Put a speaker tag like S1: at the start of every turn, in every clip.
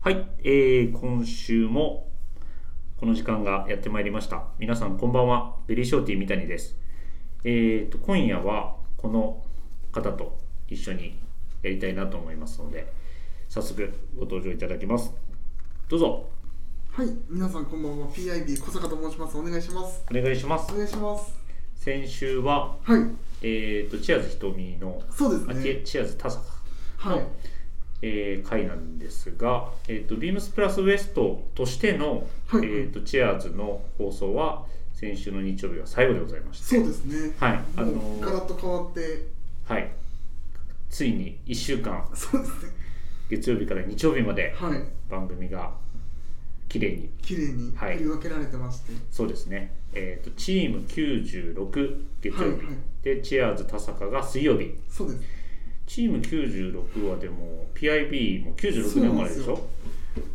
S1: はい、えー今週もこの時間がやってまいりました。皆さんこんばんは、ベリーショーティー三谷です。えー、と今夜はこの方と一緒にやりたいなと思いますので、早速ご登場いただきます。どうぞ
S2: はい、皆さんこんばんは。PIB 小坂と申します。お願いします。
S1: お願いします
S2: お。願いします。
S1: 先週は、
S2: はい、
S1: えー、とチアーズひとみの、
S2: そうです
S1: あ
S2: ね。
S1: チアーズ田坂
S2: はい、
S1: えー回なんですが、えー、とビームスプラスウエストとしての、
S2: はいはい
S1: えー、とチェアーズの放送は先週の日曜日が最後でございまして、
S2: そうですね。
S1: はいあの
S2: もうガラッと変わって、
S1: はい、ついに1週間
S2: そうですね。
S1: 月曜日から日曜日まで
S2: はい、
S1: 番組が綺麗に
S2: 綺麗に
S1: はい
S2: 振り分けられてまして、
S1: そうですね、えー、とチーム96月曜日、
S2: はいはい
S1: でチェアーズ田坂が水曜日
S2: そうです。
S1: チーム96はでも PIB も96年生まれでしょ
S2: そうなんですよ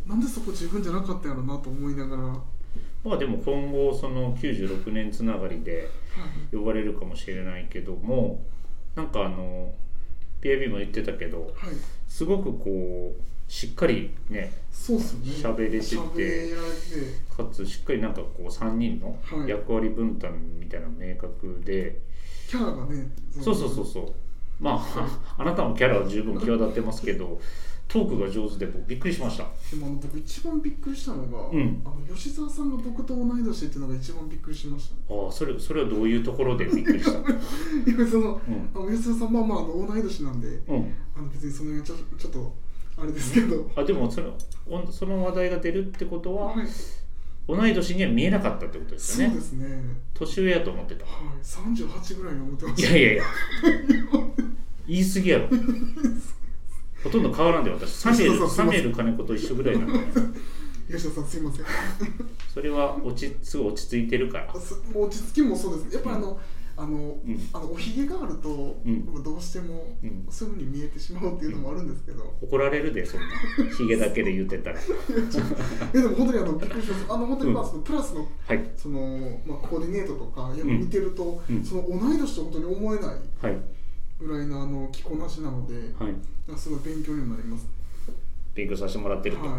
S2: なんでそこ自分じゃなかったんやろなと思いながら、は
S1: まあでも今後その96年つながりで
S2: い、
S1: 呼ばれるかもしれないけどもなんかあの PIB も言ってたけど
S2: はい、
S1: すごくこうしっかりね
S2: そうっすよね。
S1: 喋れてて
S2: 喋られて、
S1: かつしっかりなんかこう3人の
S2: はい
S1: 役割分担みたいなの明確で、
S2: キャラがね、
S1: そうそうそうそうまあ あなたのキャラは十分際立ってますけどトークが上手で僕びっくりしました
S2: でもあの僕一番びっくりしたのが、
S1: うん
S2: あの吉沢さんが僕と同い年っていうのが一番びっくりしましたね。
S1: ああそれそれはどういうところでびっくり した
S2: いやその、
S1: うん
S2: あの吉田さんまあまああの同い年なんで
S1: うん
S2: あの別にその辺はちょちょっとあれですけど、
S1: あでもそのおんその話題が出るってことは
S2: はい、
S1: 同い年には見えなかったってことです
S2: そう
S1: よ
S2: で
S1: ね
S2: すね
S1: 年上やと思ってた
S2: はい38ぐらいに思ってま
S1: い
S2: し
S1: や
S2: た
S1: いやい や言い過ぎやろほとんど変わらんで私サミュエ
S2: そう
S1: ル
S2: そう
S1: サミュエル金子と一緒ぐらいなんだよ
S2: 吉田さんすいません
S1: それは落ちすごい落ち着いてるから
S2: あすもう落ち着きもそうですねやっぱりあの、あの
S1: うん
S2: あのおひげがあると、
S1: うん
S2: やっぱどうしても、
S1: うん
S2: そういうふうに見えてしまうっていうのもあるんですけど、
S1: 怒られるでそんなヒゲだけで言ってたら
S2: いやでも本当にあのびっくりしますあの本当にまあそのプラスの
S1: はい
S2: その、まあ、コーディネートとかやっぱ
S1: うん
S2: 見てると、
S1: うん
S2: その同い年と本当に思えない
S1: はい
S2: ぐらいのあの着こなしなので、
S1: はい
S2: なんかすごい勉強にもなります。
S1: 勉強させてもらってると、
S2: はい。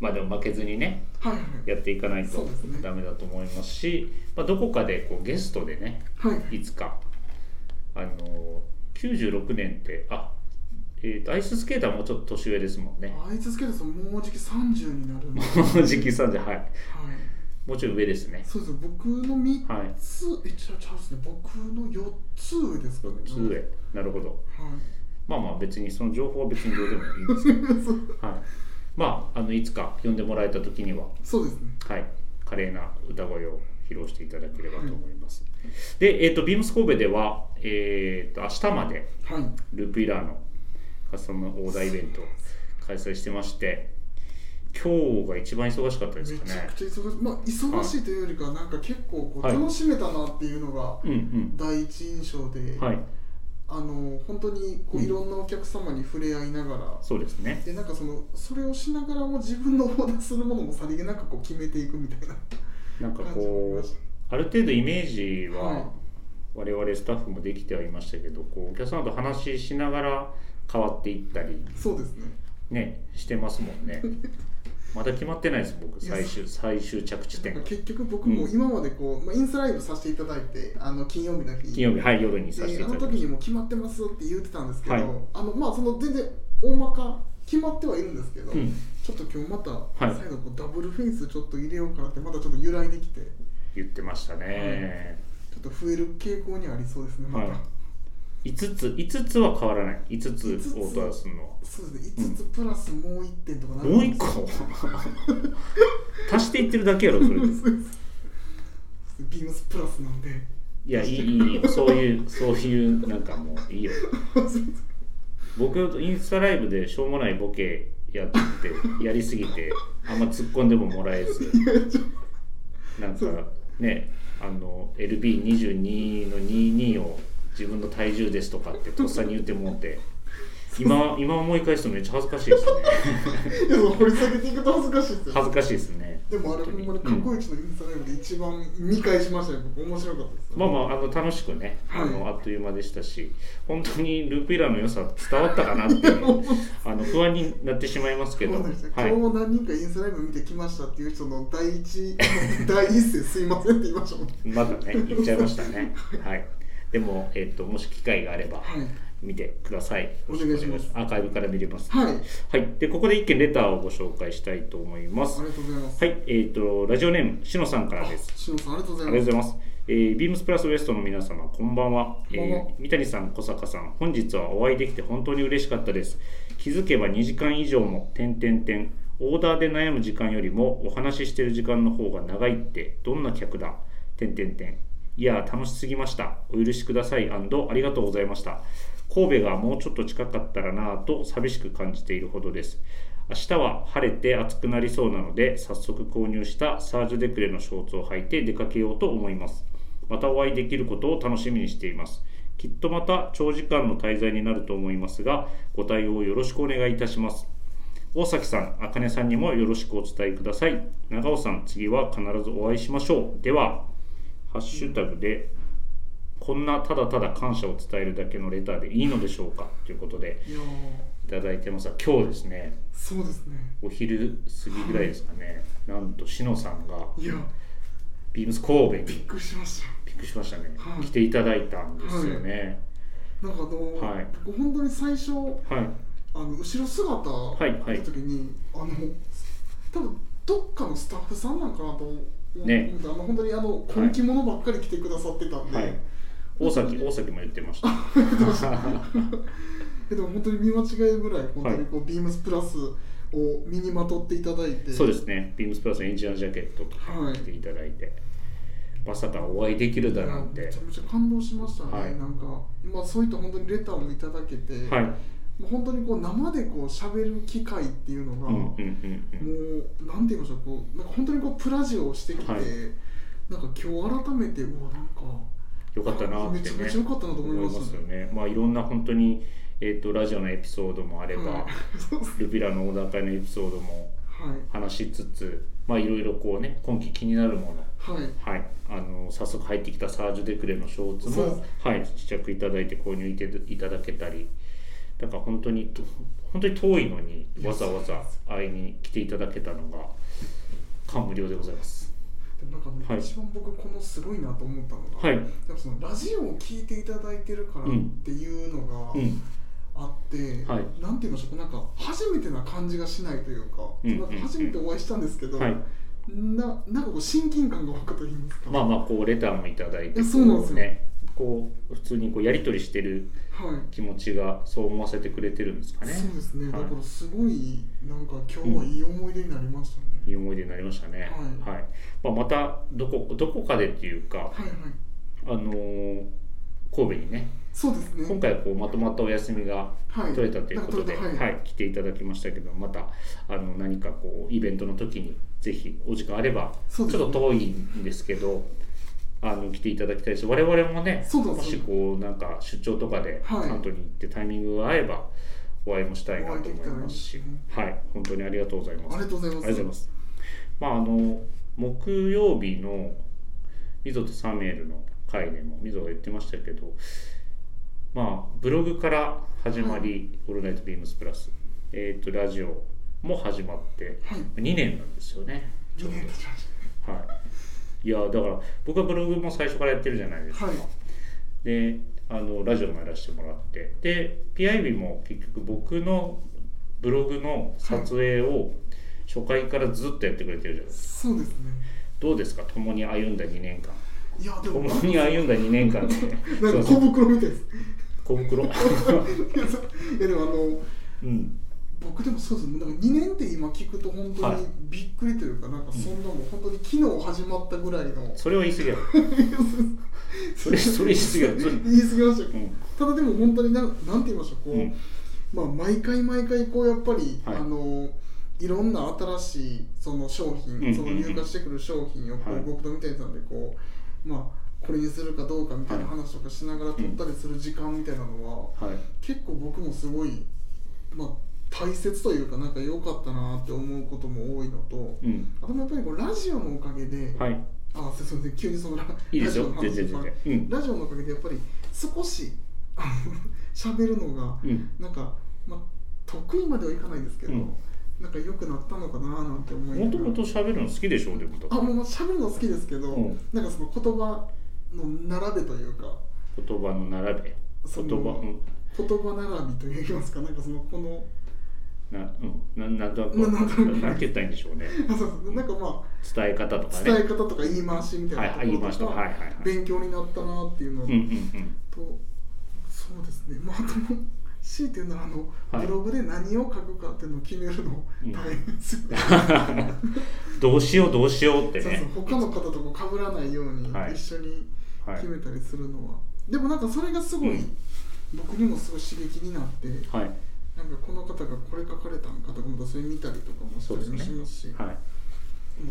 S1: まあでも負けずにね
S2: はいはい。
S1: やっていかない
S2: そ
S1: と
S2: うですね
S1: ダメだと思いますし、まあ、どこかでこうゲストでね
S2: はい。
S1: いつかあの96年ってあえーとアイススケーターもちょっと年上ですもんね
S2: あいつけどさんもうじき30になるんで。はい。
S1: もうじきさんではいもうちょい上ですね
S2: そうです。僕の3
S1: はい
S2: つ、え、ちゃちゃうっすね。僕の4つ上ですかね。
S1: つ上なるほど
S2: は
S1: まあまあ別にその情報は別にどうでもいいんで すけど、
S2: い。そう
S1: はい、まああのいつか呼んでもらえた時には
S2: そうですね。
S1: はい華麗な歌声を披露していただければと思います、でえっ、とビームス神戸ではえっ、と明日まで
S2: はい。
S1: ループイラーのカスタムオーダーイベントを開催してまして今日が一番忙しかった
S2: め
S1: で
S2: ち
S1: すか
S2: ゃ
S1: ね
S2: くちゃ忙しい。まあ、忙しいというよりか、なんか結構こう、
S1: はい
S2: 楽しめたなっていうのが
S1: うん
S2: 第一印象で、
S1: うんはい
S2: あの、本当にこう、
S1: うん
S2: いろんなお客様に触れ合いながら、
S1: そうですね
S2: でなんかそのそれをしながらも自分のオーダーするものもさりげなくこう決めていくみたいな
S1: なんか
S2: 感じもあり
S1: こ
S2: ま
S1: う
S2: した
S1: ある程度イメージ
S2: はい
S1: は我々スタッフもできてはいましたけどこうお客様と話ししながら変わっていったり
S2: そうですね
S1: ねしてますもん ねまだ決まってないです僕
S2: いや
S1: 最終最終着地
S2: なん
S1: 点
S2: か結局僕も今までこう、まあ、インスタライブさせていただいてあの金曜日の日
S1: 金曜日はい夜にさせて
S2: で
S1: い
S2: あ
S1: ただき
S2: の
S1: ま
S2: 時
S1: し
S2: にも決まってますって言ってたんですけど、
S1: はい
S2: あのまあその全然大まか決まってはいるんですけど、
S1: たうん
S2: ちょっと今日また
S1: い
S2: 再度こうダブルフェイスちょっと入れようかなってまたちょっと揺らいできてち
S1: 言ってましたね、
S2: ょっと増える傾向にありそうですねまた、
S1: はい5つ5つは変わらない5つ
S2: 五つ
S1: オーダーするのは
S2: そうですね5つプラスもう1点とかなる
S1: もう1個 足していってるだけやろそれで
S2: ビームスプラスなんで
S1: いやいいいいよそういうそういうなんかもういいよ僕インスタライブでしょうもないボケやってやりすぎてあんま突っ込んでももらえずなんかねあの LB22 の22を自分の体重ですとかってとっさに言ってもうて今今思い返すとめっちゃ恥ずかしいですね
S2: いやそう掘り下げていくと恥ずかしいですよ
S1: 恥ずかしいですね
S2: でもあれほんまに過去一のインスタライブで一番見返しましたね僕面白かったです
S1: まあまあ、あの楽しくね、あの
S2: は
S1: あっという間でしたし、本当にループイラーの良さ伝わったかなって いう、あの不安になってしまいますけど、
S2: そ
S1: は
S2: うなんですよ
S1: い、
S2: 今日何人かインスタライブ見てきましたっていう人の第一第一声すいませんって言いましたもんは
S1: まだね、言っちゃいました ね。はい、でも、えっと、もし機会があれば、見てください。
S2: お願いします
S1: アーカイブから見れます。
S2: いはいあり
S1: はい、でここで一件レターをご紹介したいと思います。
S2: がとうございます
S1: はい、えっ、とラジオネームしのさんからです。
S2: しのさんありがとうご
S1: あ
S2: ざい
S1: りが
S2: ます
S1: とうございます。えービームスプラスウエストの皆様、こんばんは。え
S2: こんばんは
S1: ー三谷さん、小坂さん、本日はお会いできて本当に嬉しかったです。気づけば2時間以上も、点点点、オーダーで悩む時間よりも、お話ししてる時間の方が長いって、どんな客だ、点点点。いやー、楽しすぎました。お許しください、and ありがとうございました。神戸がもうちょっと近かったらなぁと寂しく感じているほどです。明日は晴れて暑くなりそうなので、早速購入したサージュデクレのショーツを履いて出かけようと思います。またお会いできることを楽しみにしています。きっとまた長時間の滞在になると思いますが、ご対応よろしくお願いいたします。大崎さん、あかねさんにもよろしくお伝えください。長尾さん、次は必ずお会いしましょう。では、ハッシュタグで、こんなただただ感謝を伝えるだけのレターでいいのでしょうかということで、
S2: いやー
S1: いただいてますが、今日ですね、
S2: そうですね
S1: お昼過ぎぐらいですかね、なんとしのさんが、
S2: いや
S1: ビームス神戸に
S2: びっくりしました
S1: びっくりしましたね、
S2: はい
S1: 来ていただいたんですよね。
S2: なんかあの、
S1: はい
S2: 僕本当に最初
S1: はい、
S2: あの後ろ姿を
S1: はいはい
S2: 見た時に、あの多分どっかのスタッフさんなんかなと思って、
S1: ね
S2: あの本当にあの根気者ばっかり来てくださってたんで、
S1: はい大崎、大崎も言ってま した。
S2: えでも本当に見間違いぐらい本当にこう、ビームスプラスを身にまとっていただいて
S1: そうですね、ビームスプラスのエンジニアジャケットとか
S2: はい
S1: 着ていただいて、まさかお会いできるだなん
S2: いや
S1: て
S2: めちゃ、めちゃ感動しましたね、
S1: はい
S2: なんか、まあ、そういった本当にレターもいただけて、
S1: はい、
S2: もう本当にこう生でこう喋る機会っていうのが、
S1: うんうんうんうん、
S2: もうなんて言いましょうこうなんか本当にこうプラジオをしてきて、
S1: はい
S2: なんか今日改めてうわなんか
S1: よかったなってね。
S2: めちゃめちゃ良かったなと思いました
S1: よね。まあいろんな本当に、えっとラジオのエピソードもあれば、
S2: はいそうです
S1: ルビラのオーダー会のエピソードも
S2: は
S1: 話しつつ、まあいろいろこうね今期気になるもの。
S2: いはい
S1: はい、あの早速入ってきたサージュ・デクレのショーツ
S2: そう
S1: も、はい、試着いただいて購入いていただけたりだから本当にと本当に遠いのに
S2: いや
S1: わざわざ会いに来ていただけたのが感無量でございます
S2: でもなんかね、
S1: はい
S2: 一番僕このすごいなと思ったのが、
S1: はい、
S2: やっぱそのラジオを聞いていただいてるからっていうのが
S1: うん、
S2: あって、
S1: はい
S2: なんて言いましょうなんか初めてな感じがしないというか,、
S1: うん
S2: なんか初めてお会いしたんですけど、
S1: はい
S2: ななんかこう親近感が湧くといいんですか、
S1: まあ
S2: は
S1: まあこうレターもいただいて
S2: いやそうなんです
S1: こう
S2: よ
S1: ねこう普通にこうやり取りしてる
S2: い、
S1: 気持ちがそう思わせてくれてるんですかね
S2: そうですね、
S1: はい
S2: だからすごいなんか今日はいい思い出になりましたね、
S1: いい思い出になりましたね、
S2: はい
S1: まあ、またどこどこかでっていうか、
S2: はいはい
S1: あのー神戸にね
S2: そうですね
S1: 今回はこうまとまったお休みが
S2: はい
S1: 取れたということで、
S2: なん
S1: は
S2: か
S1: い
S2: 取れたはい
S1: 来ていただきましたけどまたあの何かこうイベントの時にぜひお時間あれば、ち
S2: そ
S1: ょ
S2: う
S1: っ
S2: ですね
S1: と遠いんですけどあの来ていただきたいし我々もね
S2: そうです
S1: もしこうなんか出張とかで
S2: はい
S1: 関東に行ってタイミングが合えばお会いもしたいなと思いますし
S2: お会いできたらいいで、
S1: はい、本当にありがとうございます。
S2: ありがとうございます
S1: ありがとうございます。まああの木曜日のミゾとサミュエルの回でもミゾが言ってましたけど、まあブログから始まり、オールナイトビームスプラス、えっ、とラジオも始まって
S2: はい
S1: 2年なんですよね。ちょ
S2: 2
S1: う
S2: 年経ちまし
S1: どはい。いやだから僕はブログも最初からやってるじゃないです
S2: た
S1: か。
S2: はい
S1: であのラジオもやらせてもらってで PIB も結局僕のブログの撮影を初回からずっとやってくれてるじゃないですか
S2: そうですね
S1: どうですか共に歩んだ2年間
S2: いやでも
S1: 共に歩んだ2年間で
S2: な
S1: そう
S2: んか
S1: そ
S2: 小
S1: う
S2: 袋みたいです
S1: 小袋
S2: いやそういやでもあの
S1: うん
S2: 僕でもそうですねなんか2年って今聞くと本当
S1: はい
S2: にびっくりというか、なんかそんなもう本当に昨日始まったぐらいの
S1: それは言い過ぎやろそれそれ言い過ぎやろそれ
S2: 言い過ぎましたよ
S1: うん
S2: ただでも本当にななんて言いましょうこう、
S1: うん
S2: まあ、毎回毎回こうやっぱり、
S1: はい
S2: あのいろんな新しいその商品、
S1: うんうんうん
S2: その入荷してくる商品をこう、
S1: はい
S2: 僕と三谷さんでこうまあこれにするかどうかみたいな話とかしながら撮ったりする時間みたいなのは、
S1: はい
S2: 結構僕もすごいまあ大切というかなんか良かったなって思うことも多いのと
S1: うん
S2: あとやっぱりこうラジオのおかげで、
S1: はい
S2: あすいません急にそのラ
S1: いいです
S2: ラ
S1: よ
S2: ジオの
S1: 全
S2: 話
S1: 然全然うん
S2: ラジオのおかげでやっぱり少し あの喋るのが
S1: うん
S2: なんか、まあ、得意まではいかないですけど、
S1: うん
S2: なんか良くなったのかななんて思いな
S1: もと
S2: がら
S1: もと喋るの好きでしょでもだって
S2: あもうまあ喋るの好きですけど、
S1: うん
S2: なんかその言葉の並べというか
S1: 言葉の並べ
S2: そ
S1: 言
S2: の
S1: 葉うん
S2: 言葉並びといいますかなんかそのこの
S1: なうんななんとなく
S2: ななんとなく
S1: ななんて言ったらいいんでしょうね
S2: あそうそうなんかま
S1: 伝え方とか
S2: あ
S1: ね
S2: 伝え方とか言い回しみた
S1: はいいは
S2: なと
S1: い
S2: こ
S1: 言いま
S2: ろ
S1: し
S2: と
S1: たはい
S2: か
S1: はいはい
S2: 勉強になったなっていうの
S1: うん
S2: と、
S1: うん
S2: そうですねまああと強いて言うならあの、
S1: はい
S2: ブログで何を書くかっていうのを決めるの
S1: うん
S2: 大変ですよね、
S1: うんどうしようどうしようって
S2: そう
S1: ね
S2: そう他の方とこう被らないように
S1: はい
S2: 一緒に
S1: はい
S2: 決めたりするのは、でもなんかそれがすごい、
S1: うん
S2: 僕にもすごい刺激になって
S1: はい
S2: なんかこの方がこれ書かれたんかとかまたそれ見たりとかもしたりもしますし
S1: はい
S2: も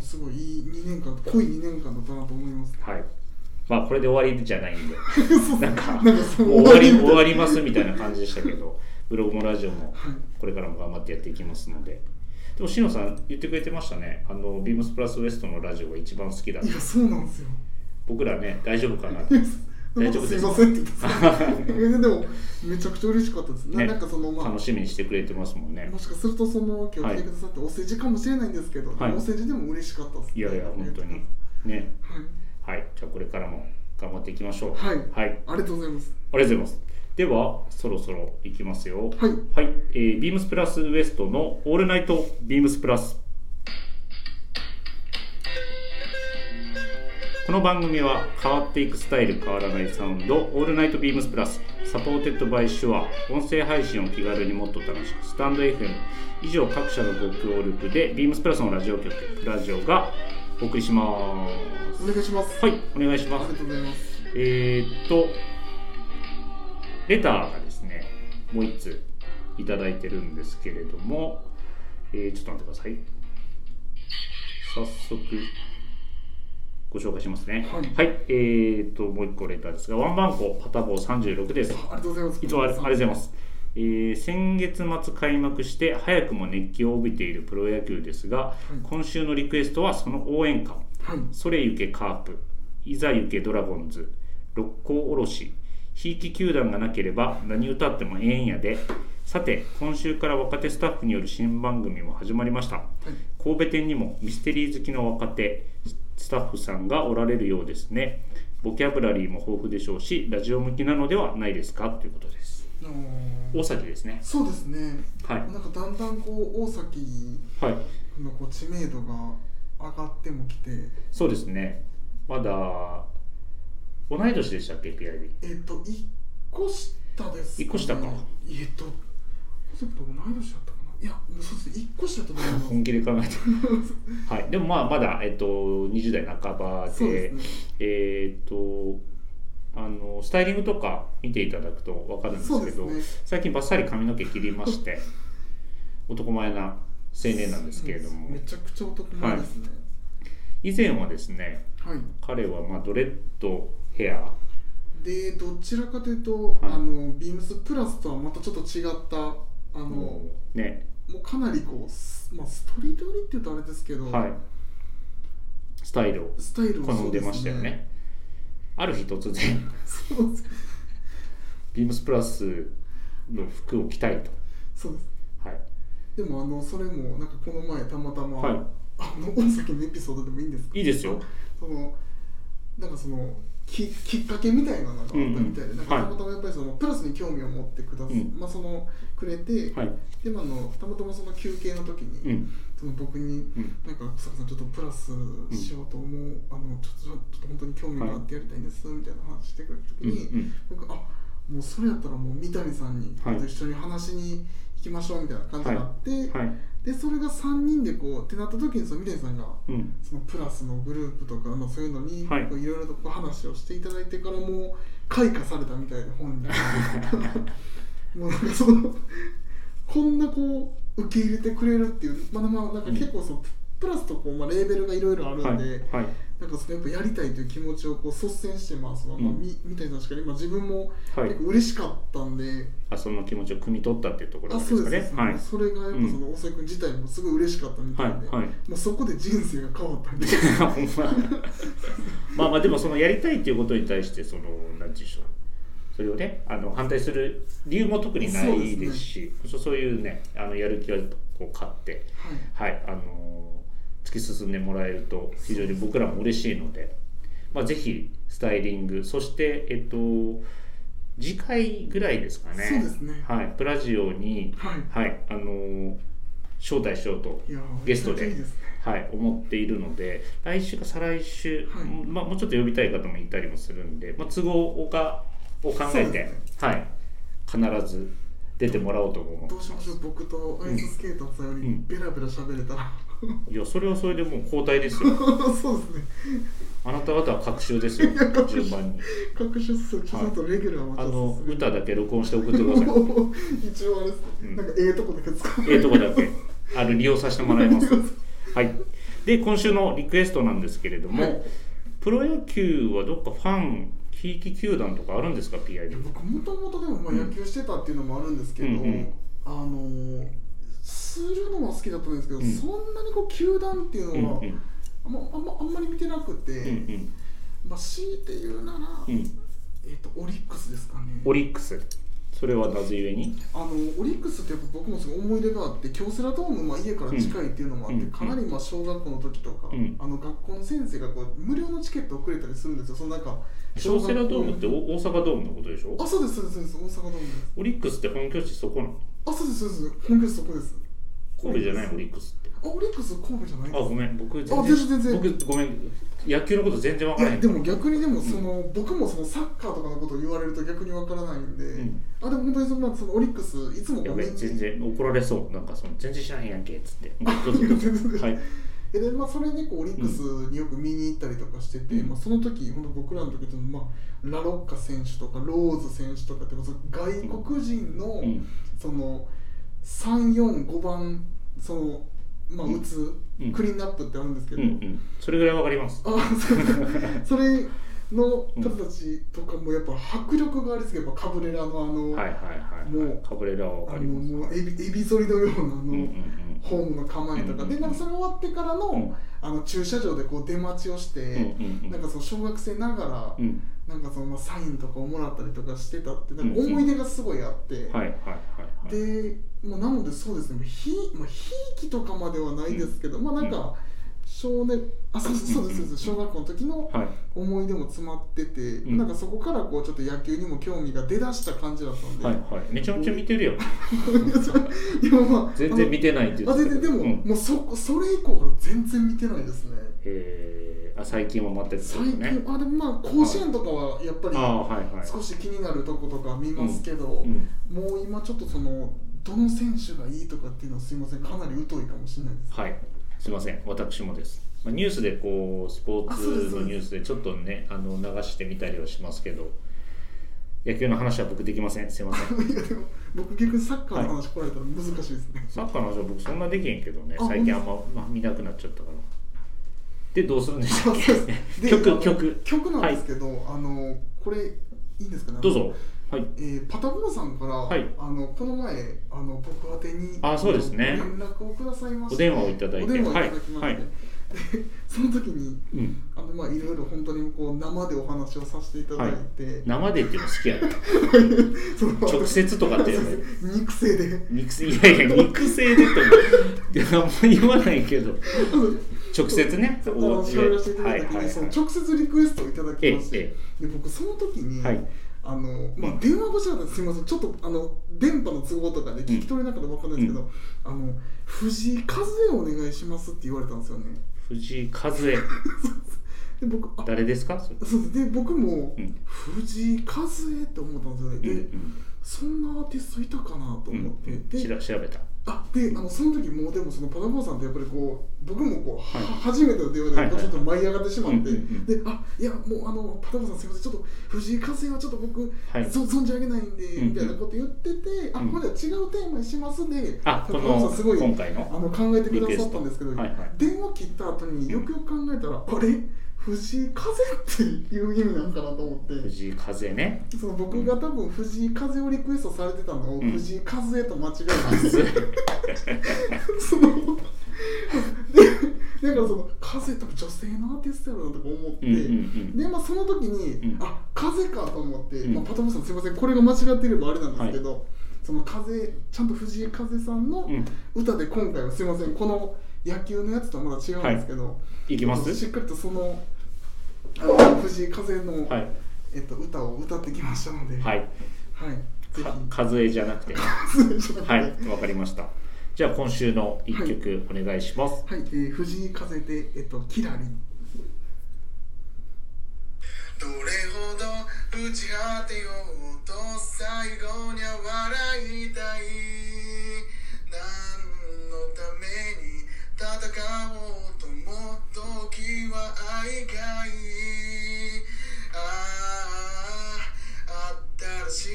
S2: うすごいいい2年間濃い2年間だったなと思い ます
S1: はいまあこれで終わりじゃない んでなんか
S2: なんかそ
S1: も
S2: の
S1: う終わり
S2: みたい
S1: 終わりますみたいな感じでしたけどブログもラジオも
S2: はい
S1: これからも頑張ってやっていきますのででもしのさん言ってくれてましたねあのビームスプラスウエストのラジオが一番好きだって
S2: いやそうなんですよ
S1: 僕らね大丈夫かなって
S2: いや
S1: 大丈夫
S2: す
S1: で
S2: い
S1: すか
S2: ませんって言ってたいやでもめちゃくちゃ嬉しかったですね
S1: ね
S2: なんかそのまあ
S1: 楽しみにしてくれてますもんね
S2: もしかすると その今日来てくださってお世辞かもしれないんですけど、
S1: はい
S2: お世辞でも嬉しかったです、
S1: いやいや本当にね
S2: は
S1: はいじゃあこれからも頑張っていきましょう
S2: はい
S1: はい
S2: い、ありがとうございます
S1: ありがとうございます。では、そろそろいきますよ。
S2: はい
S1: はい、えービームスプラスウエストのオールナイトビームスプラス。この番組は変わっていくスタイル変わらないサウンドオールナイトビームスプラスサポーテッドバイシュア音声配信を気軽にもっと楽しくスタンド FM 以上各社のご協力でビームスプラスのラジオ局ラジオがお送りしま
S2: お
S1: す
S2: 願いします、
S1: はいお願いし
S2: あ
S1: ま
S2: り
S1: す
S2: がとうございます
S1: えー、っと、レターがですね、もう1通いただいてるんですけれども、えーちょっと待ってください。早速、ご紹介しますね。
S2: はい
S1: えー、っと、もう1個レターですが、ワンバンコパタボー36です。
S2: あありがとうございます
S1: いつもありありがとうございますす。えー先月末開幕して早くも熱気を帯びているプロ野球ですが、
S2: い
S1: 今週のリクエストはその応援歌
S2: はい
S1: それゆけカープ、いざゆけドラゴンズ、六甲おろし、ひいき球団がなければ何歌ってもええんやで。さて、今週から若手スタッフによる新番組も始まりました。神戸店にもミステリー好きの若手スタッフさんがおられるようですね。ボキャブラリーも豊富でしょうし、ラジオ向きなのではないですかということです。
S2: あのー
S1: 大崎ですね。
S2: そうですね
S1: はい。
S2: なんかだんだんこう大崎
S1: はい。
S2: のこう知名度が上がってもきて
S1: そうですね。まだ、同い年でしたっけ、ピアリ。
S2: えっ、と一個下です、ね、
S1: 一個下か
S2: えっ、とそれと同い年だったかないやもうそうです一個下だと思います
S1: 本気で考えてはい、でもまあまだ、えっと、20代半ば
S2: そうで
S1: です
S2: ね
S1: えーっとあのスタイリングとか見ていただくと分かるんです
S2: そう
S1: け
S2: です
S1: ど
S2: ね
S1: 最近バッサリ髪の毛切りまして 男前な青年なんですけれども
S2: めちゃくちゃ男前ですね
S1: 以前はですね
S2: はい、
S1: 彼はまあドレッドヘア
S2: でどちらかというと、
S1: はい
S2: あのビームスプラスとはまたちょっと違ったあの、
S1: のね、
S2: もうかなりこうス,、まあ、ストリート寄りって言うとあれですけど、
S1: はい、スタイルを
S2: スタイルを
S1: 好んでましたよねある日突然
S2: そうですね
S1: ビームスプラスの服を着たいと、
S2: そうです
S1: はい、
S2: でもあのそれもなんかこの前たまたま、
S1: はい
S2: あの大崎のエピソードでもいいんですか
S1: いいですよ
S2: そのなんかそのききっかけみたいなのがあったみたいで、
S1: うん
S2: なんかたまたまやっぱりその、プラスに興味を持ってくださ、
S1: うん
S2: まあそのくれて、
S1: はい、
S2: でもあのたまたまその休憩の時に、
S1: うん、
S2: その僕に
S1: うん
S2: なんか草加さんちょっとプラスしようと思う、あのちょっとちょっと本当に興味があってやりたいんですみたいな話してくれた時
S1: うん、う
S2: に、
S1: ん、
S2: 僕あもうそれやったらもう三谷さんに、
S1: はい
S2: 一緒に話しに行きましょうみたいな感じになって、
S1: はい、
S2: でそれが3人でこうってなった時にその三谷さんが
S1: うん、
S2: そのプラスのグループとか、まあ、そういうのに
S1: はい
S2: こういろいろとこう話をしていただいてからもう開花されたみたいな本 にもうなんかそのこんなこう受け入れてくれるっていうまだまあなんか結構その、プラスとこう、まあ、レーベルがいろいろあるんで、
S1: はいはい
S2: なんかそのやっぱやりたいという気持ちをこう率先してます、まあ
S1: うん
S2: みみたいな確かに、まあ、自分も
S1: はい
S2: 結構嬉しかったんで、
S1: あその気持ちを汲み取ったっていうところ
S2: あ
S1: で
S2: そう
S1: す
S2: で
S1: か
S2: す
S1: ね
S2: ね、
S1: はい
S2: それがやっぱその大瀬君自体もすごい嬉しかったみたいで、
S1: はいはい
S2: もうそこで人生が変わったんで
S1: ほんま まあまあ でもそのやりたいっていうことに対してその何て言うんでしょうそれをねあの反対する理由も特にな
S2: そうです
S1: い
S2: ね
S1: ですしそうそういうねあのやる気はこう買って
S2: はい
S1: はいあの突き進んでもらえると非常に僕らも嬉しいので、まあ、ぜひスタイリングそしてえっと次回ぐらいですかね
S2: そうですね
S1: はい、プラジオに、
S2: はい
S1: はいあの招待しようと
S2: いやー
S1: ゲストで
S2: めちゃくちゃいいですね
S1: はい、思っているので来週か再来週、
S2: はい
S1: まあ、もうちょっと呼びたい方もいたりもするんで、まあ、都合をかを考え
S2: そう
S1: て、
S2: ですね
S1: はい、必ず出てもらおうと思
S2: どうしましょう僕とアイススケーターさんよ
S1: う
S2: り
S1: ん
S2: ベラベラ喋れたら、
S1: いやそれはそれでもう交代ですよ
S2: そうですね
S1: あなた方は隔週ですよ順番に
S2: 各種数ちょっとレギュラーもち
S1: あ
S2: ょ
S1: の
S2: っと
S1: 歌だけ録音して送ってください
S2: 一応あれですね、
S1: うん
S2: なんかええとこだけ使う
S1: ええとこだけあの利用させてもらいます はいで今週のリクエストなんですけれども、
S2: はい
S1: プロ野球はどっかファン地域球団とかあるんですか PIB
S2: 僕もともとでもまあ野球してたっていうのもあるんですけど、
S1: うんうん
S2: あのーするのは好きだったんですけど、
S1: うん
S2: そんなにこう球団っていう
S1: うん
S2: のは、
S1: うん
S2: あんまあんまあんまり見てなくて、
S1: うん
S2: まあ強いて言うなら、
S1: うんうん
S2: えっ、とオリックスですかね
S1: オリックスそれはなぜゆえに
S2: あのオリックスってやっぱ僕もすごい思い出があって京セラドーム、まあ、家から近いっていうのもあって、
S1: うん
S2: かなりまあ小学校の時とか、
S1: うん
S2: あの学校の先生がこう無料のチケットをくれたりするんですよそのなんか
S1: 京セラドームって
S2: 小学校
S1: お大阪ドームのことでしょ
S2: のあそうですそうですそうです大阪ドームです
S1: オリックスって本拠地そこなの
S2: あそうですそうです本拠地そこです
S1: 神戸じゃないオリックスって
S2: あオリックス神戸じゃない
S1: あごめん僕
S2: あ全然全然
S1: 僕ごめん野球のこと全然わ
S2: い
S1: からへ
S2: や
S1: ん
S2: でも逆にでもその、僕もそのサッカーとかのことを言われると逆にわからないんで、
S1: ん
S2: あでも本当にその,、まあ、そのオリックスいつもこ
S1: や
S2: う
S1: べ
S2: みん
S1: 全然怒られそうなんかその全然知らへんやんけっつ ってどうぞど
S2: 全
S1: う
S2: 然
S1: ぞはい
S2: えでまあ、それでこうオリックスによく見に行ったりとかしてて、
S1: うん
S2: まあ、その時本当僕らの時っていうのは、まあ、ラロッカ選手とかローズ選手とかってその外国人の,、
S1: うん
S2: その345番その、まあ、
S1: うん
S2: 打つ、
S1: うん
S2: クリーンアップってあるんですけ
S1: うんう
S2: ど、
S1: んそれぐらいわかります
S2: あそう それの方たちとかもやっぱ迫力がありすぎてやっぱカブレラのあの,、
S1: はいはいはい
S2: も
S1: は
S2: う
S1: いカブレラはわ
S2: あ
S1: か
S2: の
S1: ります
S2: もうエビエビ反りのようなあの、
S1: うんうんうん
S2: ホームの構え
S1: う
S2: とか、
S1: んうんうん
S2: でなんかそれ終わってからの,、
S1: うん
S2: あの駐車場でこう出待ちをして、
S1: うんうん
S2: なんかその小学生ながら、
S1: うん
S2: なんかそのまあサインとかをもらったりとかしてたってなんか
S1: うんうん
S2: 思い出がすごいあって、
S1: はいはいはいはい
S2: で、まあ、なのでそうですねひまあひいきとかまではないですけど、まあなんか少年あそうそうですそうです小学校の時の
S1: はい
S2: 思い出も詰まってて、
S1: ん
S2: なんかそこからこうちょっと野球にも興味が出だした感じだったんで、
S1: はいはいめちゃめちゃ見てるよ
S2: いやまあ
S1: 全然見てないって言
S2: あの
S1: っ
S2: あ
S1: て
S2: 全
S1: たけ
S2: 然で
S1: ど
S2: も、
S1: うん
S2: もうそそれ以降から全然見てないですね
S1: えーあ最近は全くそう
S2: 最
S1: です
S2: 近、
S1: ね
S2: あでもまあ甲子園とかはやっぱり
S1: ああはいはい
S2: 少し気になるとことか見ますけど、
S1: うん
S2: もう今ちょっとそのどの選手がいいとかっていうのはすいませんかなり疎いかもしれないです
S1: はい、すみません、私もです。まあ、ニュースでこうスポー
S2: あそうです
S1: ツ
S2: そう
S1: のニ
S2: です
S1: ュースでちょっとね、あの流してみたりはしますけど、野球の話は僕できません、すみません。
S2: いやでも僕逆にサッカーの話来られたら難しいですね、
S1: サッカーの話は僕そんなできへんけどね、
S2: あ
S1: 最近あんままあ見なくなっちゃったから。で、どうするんでし
S2: そ
S1: ょ
S2: う
S1: う
S2: ですねであ
S1: 曲、
S2: の
S1: 曲、
S2: 曲なんですけど、あのこれいいんですかね
S1: どうぞ。はい。
S2: えーパタゴンさんから、
S1: はい
S2: あのこの前あの僕宛てに
S1: あそうですね
S2: あの連絡をくださいまし
S1: お
S2: て
S1: 電話をいただいて
S2: お電話をいただきまして、
S1: はいはい
S2: でその時に
S1: うん、
S2: あのまあいろいろ本当にこう生でお話をさせていただいて、
S1: 生でっていうの好きやね。
S2: その
S1: 直接とかってやばい。
S2: 肉声で
S1: 肉声いやいや肉声でとかあんま言わないけど直接ね
S2: そ
S1: お
S2: こを
S1: 家
S2: し
S1: で
S2: ゃべらせていただ
S1: はいい
S2: た
S1: はいは
S2: 時にその
S1: い
S2: 直接リクエストをいただきまし
S1: え
S2: てで僕その時に、
S1: はい
S2: あのまあ、電話越しだったらすみませんちょっとあの電波の都合とかで聞き取れなかったら分かんないですけど、あの藤井風お願いしますって言われたんですよね
S1: 藤井風
S2: で僕あ
S1: 誰ですかそれ
S2: そうですで僕も、
S1: うん
S2: 藤井風って思ったんですよ
S1: うん
S2: ね、
S1: う
S2: で
S1: ん
S2: そんなアーティストいたかなと
S1: うん
S2: 思って、
S1: うん、
S2: で
S1: しら調べた
S2: あであのその時もうでもそのパナマさんってやっぱりこう僕もこう、
S1: はい
S2: は初めての電話で
S1: はい
S2: 僕ちょっと舞い上がってしまって、
S1: うんうんうん
S2: であいやもうあのパナマさんすいませんちょっと藤井風はちょっと僕、
S1: はい
S2: ぞ存じ上げないんで、
S1: うん
S2: みたいなこと言っててあ
S1: うん
S2: ほんで違うテーマにしますで、
S1: あこ
S2: パナマさ
S1: の
S2: んすごい
S1: 今回
S2: あ
S1: の
S2: の考えてくださったんですけど、
S1: リクエストはいはい
S2: 電話切った後によくよく考えたら、あれ藤井風っていう意味なんかなと思って。
S1: 藤井風ね
S2: その僕が多分藤井風をリクエストされてたのを
S1: うん
S2: 藤井風と間違えたんです、
S1: 風
S2: その で だからその風多分女性のアーティストやろうなとか思って、
S1: うんうんうん
S2: でまあその時に、
S1: うん
S2: あ風かと思って、
S1: うん
S2: まあ、パトムさんすいませんこれが間違っていればあれなんですけど、その風ちゃんと藤井風さんの
S1: うん
S2: 歌で今回はすいませんこの野球のやつとはまだ違うんですけど、
S1: いきま
S2: し
S1: す
S2: っかりとそのあの藤井風の、
S1: はい
S2: えっと、歌を歌ってきましたので。
S1: はい
S2: はい、ぜひ
S1: か数えじゃなく ては
S2: はい、はい
S1: いわかりましたじゃあ今週の一曲お願いします
S2: えー藤井風で、えっと、キラリ。
S3: どれほど打ち果てようと最後には笑いたい何のために戦おうとも時は愛がいああ新しい日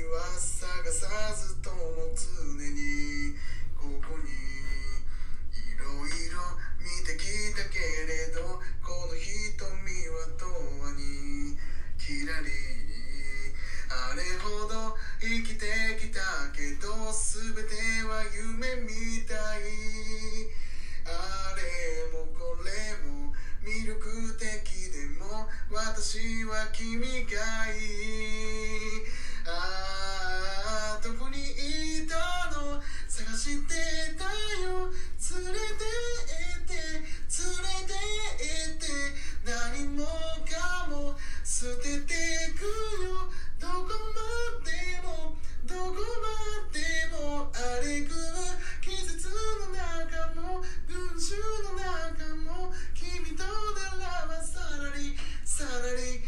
S3: 々は探さずとも常にここにいろいろ見てきたけれどこの瞳は永遠にキラリあれほど生きてきたけど全ては夢みたいあれもこれも魅力的でも私は君がいいああどこにいたの探してたよ連れてって連れてって何もかも捨ててくよどこまでもどこまでもあれぐ季節の中も群衆の中も君とならばさらりさらり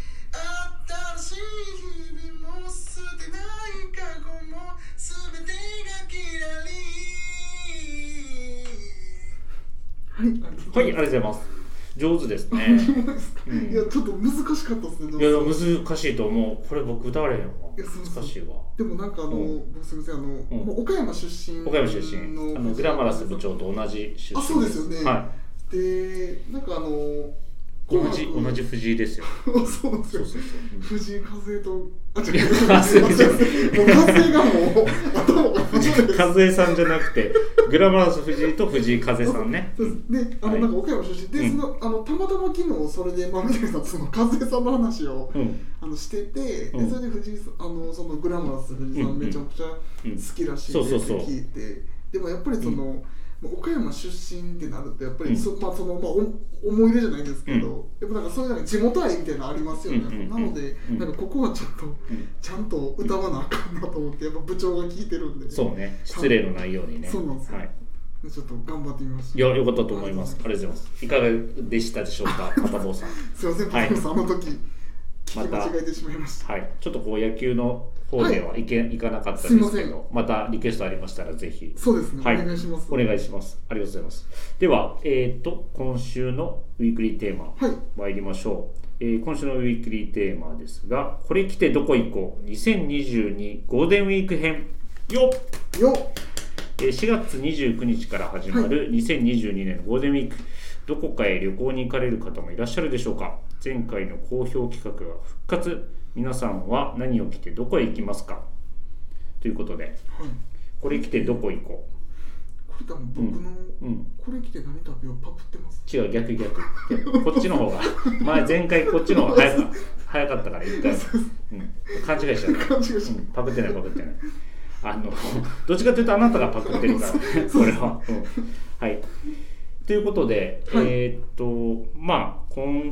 S3: 新しい日々も捨てない過去も全てがキラリ
S1: はいありが
S2: はい、ありがとうござい
S1: とうございます上手です
S2: ま す。
S1: ね
S2: いますか、
S1: うん
S2: いや、ちょっと難しかったですね。どう
S1: い
S2: し
S1: やで
S2: ても
S1: も難しいと思うこれ僕歌われへんわ
S2: いやそうそう
S1: 難しいわ
S2: でもなんかあの、
S1: うん
S2: 僕すみません、あの、
S1: ん
S2: まあ岡山出身の。
S1: 岡山出身あのグラマラス部長と同じ出身
S2: あそうですよね
S1: は
S2: で、なんかあの、
S1: い同じ同じ
S2: あ、
S1: 藤井ですよ
S2: そうなんです
S1: そう
S2: よ。
S1: そうそう
S2: 藤井風と、あ、違う、
S1: 風
S2: 違う もう風がもう、頭が
S1: 藤井風江さんじゃなくてグラマラス藤井と藤井風さん ね
S2: そうですで、あの、
S1: はい
S2: なんか岡山出身で、
S1: うん
S2: その、あの、たまたま昨日、それで、まあ、宮城さん、その、和江さんの話を。
S1: うん
S2: あの、してて、
S1: うん
S2: で、それで、藤井さん、あの、その、グラマラス藤井さ
S1: うん
S2: ん、
S1: うん
S2: めちゃくちゃ好
S1: うん
S2: きらしい
S1: そ
S2: で
S1: う
S2: す
S1: そう
S2: っ
S1: そ
S2: て
S1: う
S2: 聞いて。でも、やっぱり、その、まあ岡山出身ってなると、やっぱ
S1: う
S2: り、
S1: ん
S2: そ、まあ、その、まあ、お思い入れじゃないですけど。やっぱ、なんか、そういう、なんか、地元愛みたいなのありますよ
S1: うんうんう
S2: ね。
S1: ん
S2: なので
S1: う、ん
S2: なんか、ここはちょっと、
S1: うん
S2: ちゃんと歌わなあかんなと思って、やっぱ、部長が聞いてるんで。
S1: そうね失礼のないようにね
S2: そうなんですよ
S1: はい
S2: でちょっと、頑張ってみました。
S1: いや良かったと思いますあ
S2: あ
S1: り
S2: り
S1: が
S2: が
S1: と
S2: と
S1: う
S2: う
S1: ご
S2: ご
S1: ざ
S2: ざ
S1: い
S2: い
S1: ますいかがでしたでしょう か片坊さん
S2: すみません、
S1: は
S2: パ
S1: い
S2: トムさん、あの時聞き間違えてしまいました。
S1: はい、ちょっとこう野球の方ではいけ、い、かなかったんですけ
S2: すいま
S1: ど、またリクエストありましたらぜひ
S2: そうですね、
S1: はい
S2: お願いします。
S1: お願いします。ありがとうございます。では、えっ、と今週のウィークリーテーマ
S2: はい
S1: 参りましょう、えー今週のウィークリーテーマですが、これ来てどこ行こう ?2022 ゴールデンウィーク編よっ。
S2: よっ
S1: えー4月29日から始まる2022年ゴールデンウィーク、どこかへ旅行に行かれる方もいらっしゃるでしょうか前回の好評企画が復活皆さんは何を着てどこへ行きますかということで
S2: はい、
S1: これ着てどこ行こ
S2: これ多分僕の、
S1: ううん
S2: これ着て何食べようパクってます。
S1: 違う逆逆逆こっちの方が前前回こっちの方が早か早かったから一回、うん、勘違いしちゃった
S2: 勘違いしちゃった
S1: うんパクってないパクってないあのどっちかというとあなたがパクって るからこれは、うんはいということで、
S2: はい
S1: えーっとまあ今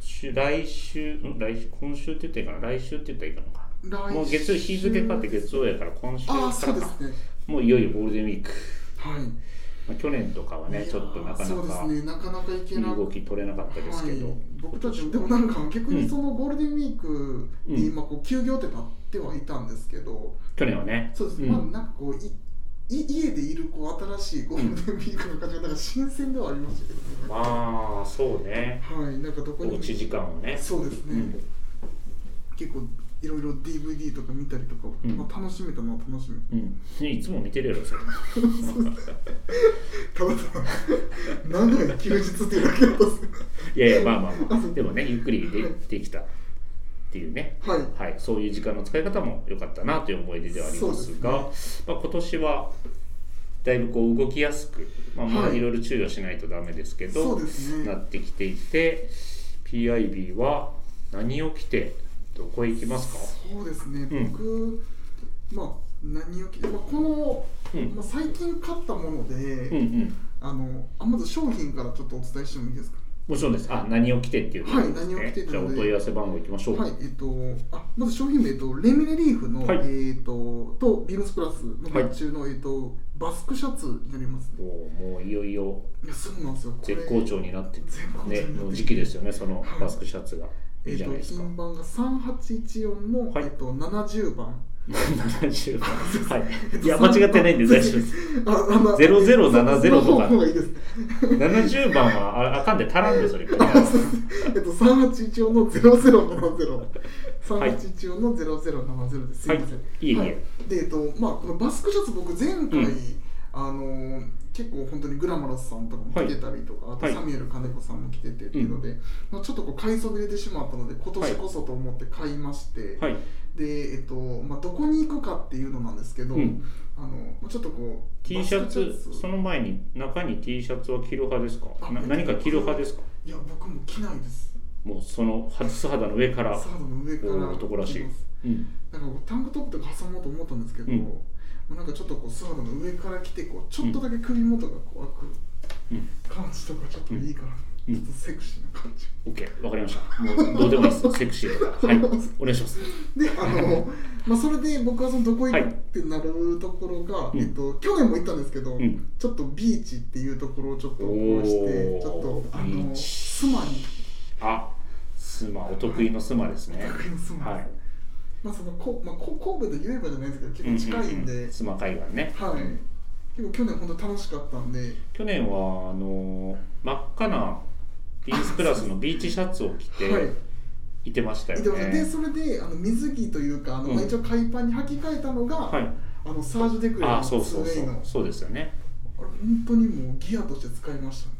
S1: 週来週ん来週今週って言ったらいいかな来週って言ったらいいかな
S2: 来
S1: もう月日付変わって月曜やから今週か
S2: あ
S1: ら
S2: あ、
S1: か
S2: そうですね。
S1: もういよいよゴールデンウィーク
S2: はい。
S1: まあ、去年とかはねちょっとなかな
S2: そうです
S1: か
S2: ねなかなかい
S1: い
S2: け
S1: い
S2: な
S1: 動き取れなかったですけど、
S2: はい、僕たちもでもなんか逆にそのゴールデンウィークに今こう休業ってなってはいたんですけど、
S1: 去年はね
S2: そうです、
S1: うん
S2: まあなんかこういい家でいるこう新しいゴールデンウィークの感じがなんか新鮮ではありましたけどね、
S1: まあそうね
S2: はいなんかどこに
S1: お
S2: も
S1: うち時間をね
S2: そうですね、
S1: うん
S2: 結構いろいろ DVD とか見たりとか、
S1: うん
S2: まあ、楽しめたのは楽しめ
S1: うん、ねいつも見てるやろそれ
S2: ただただ長い休日っていうだけだったっすね
S1: いやいやまあまあま あでもねゆっくりでできたっていうね
S2: はい
S1: はい、そういう時間の使い方も良かったなという思い出ではありますが、まあ、今年はだいぶこう動きやすく、まあ、まあ
S2: はい
S1: いろいろ注意をしないとダメですけど、
S2: そうです
S1: な
S2: ね
S1: ってきていて PIB は何を着てどこへ行きますか
S2: そうですね
S1: うん
S2: 僕、まあ何を着て、まあ、この、
S1: うん
S2: まあ、最近買ったもので、
S1: うんうん
S2: あのあまず商品からちょっとお伝えしてもいいですか
S1: もちろんですあ何を着てっていうことですね、
S2: はい何を着てっていうので
S1: じゃあお問い合わせ番号いきましょう
S2: はい、えっと、あ、まず商品名、えっと、レミレリーフの、
S1: はい
S2: えっと、と、ビームスプラスの
S1: はい
S2: 発注の、えっと、バスクシャツになります、ね。
S1: もうもういよいよ
S2: いや、そうなんですよ。これ
S1: 絶好調になって
S2: 絶好調にな
S1: ね
S2: って
S1: もう時期ですよねその
S2: はい
S1: バスクシャツが、い、い
S2: え
S1: じゃない
S2: っと、
S1: ですか
S2: 品番が三八一四の、
S1: はい
S2: えっと、七十番。
S1: 70番
S2: えっ
S1: はい
S2: と
S1: いや間違ってないんで大丈夫です
S2: あ、あの、
S1: 0070とか
S2: その方がいいです。
S1: 70番はああかんで足らんでそれ
S2: あ そうですえっと、三八一四のゼロゼロ七ゼロ。三
S1: はい
S2: 八一四のゼロゼロ七ゼロです。す
S1: はいい
S2: ません。
S1: いえいえ
S2: で、えっと、まあ、このバスクシャツ、僕前回、
S1: うん
S2: あのー結構本当にグラマラスさんとかも着てたりとか、
S1: は
S2: あ
S1: い
S2: とサミュエル金子さんも着ててっていうので、まあ、ちょっとこう買いそびれてしまったので今年こそと思って買いまして、
S1: はい
S2: で、えっとまあ、どこに行くかっていうのなんですけど、
S1: うん
S2: あのまあちょっとこう
S1: T シャ
S2: バス
S1: ツ
S2: クシ
S1: その前に中に T シャツは着る派ですか
S2: あ
S1: な何か着る派ですか
S2: いや僕も着ないです
S1: もうその初素肌の上から
S2: サードの上から
S1: おー男らしい
S2: 着ます
S1: うん
S2: なんかこうタンクトップとか挟もうと思ったんですけど、
S1: うん
S2: もうなんかちょっとこうスワドの上から来てこうちょっとだけ首元がこう
S1: うん
S2: 開く感じとかちょっといいかな、
S1: うん
S2: ちょっとセクシーな感じ
S1: OK わかりましたもうどうでもいい ですセクシーとかはいお願いします
S2: で あの、まあ、それで僕はそのどこ行くってなるところが、
S1: い
S2: えっと、去年も行ったんですけど、
S1: うん
S2: ちょっとビーチっていうところをちょっと
S1: お
S2: こ
S1: ー
S2: うしてちょっとあ
S1: ビー
S2: の
S1: チ
S2: スマに
S1: あスマお得意のスマですね
S2: お得意のスマ
S1: はい
S2: まあそのこ、まあ、こ神戸で言えばじゃないですけど結構近いんで、
S1: うううスマ海岸ね
S2: はい結構去年本当楽しかったんで
S1: 去年はあの真っ赤なビースプラスのビーチシャツを着て
S2: はい
S1: いてましたよ
S2: でで
S1: ね
S2: それであの水着というかあの、
S1: うん
S2: まあ一応海パンに履き替えたのが、
S1: はい
S2: あのサージュ・デクレ
S1: あー
S2: のス
S1: そ
S2: ウ
S1: うそう
S2: ェ
S1: そ
S2: イのあ
S1: うそうですよね
S2: れ本当にもうギアとして使いましたね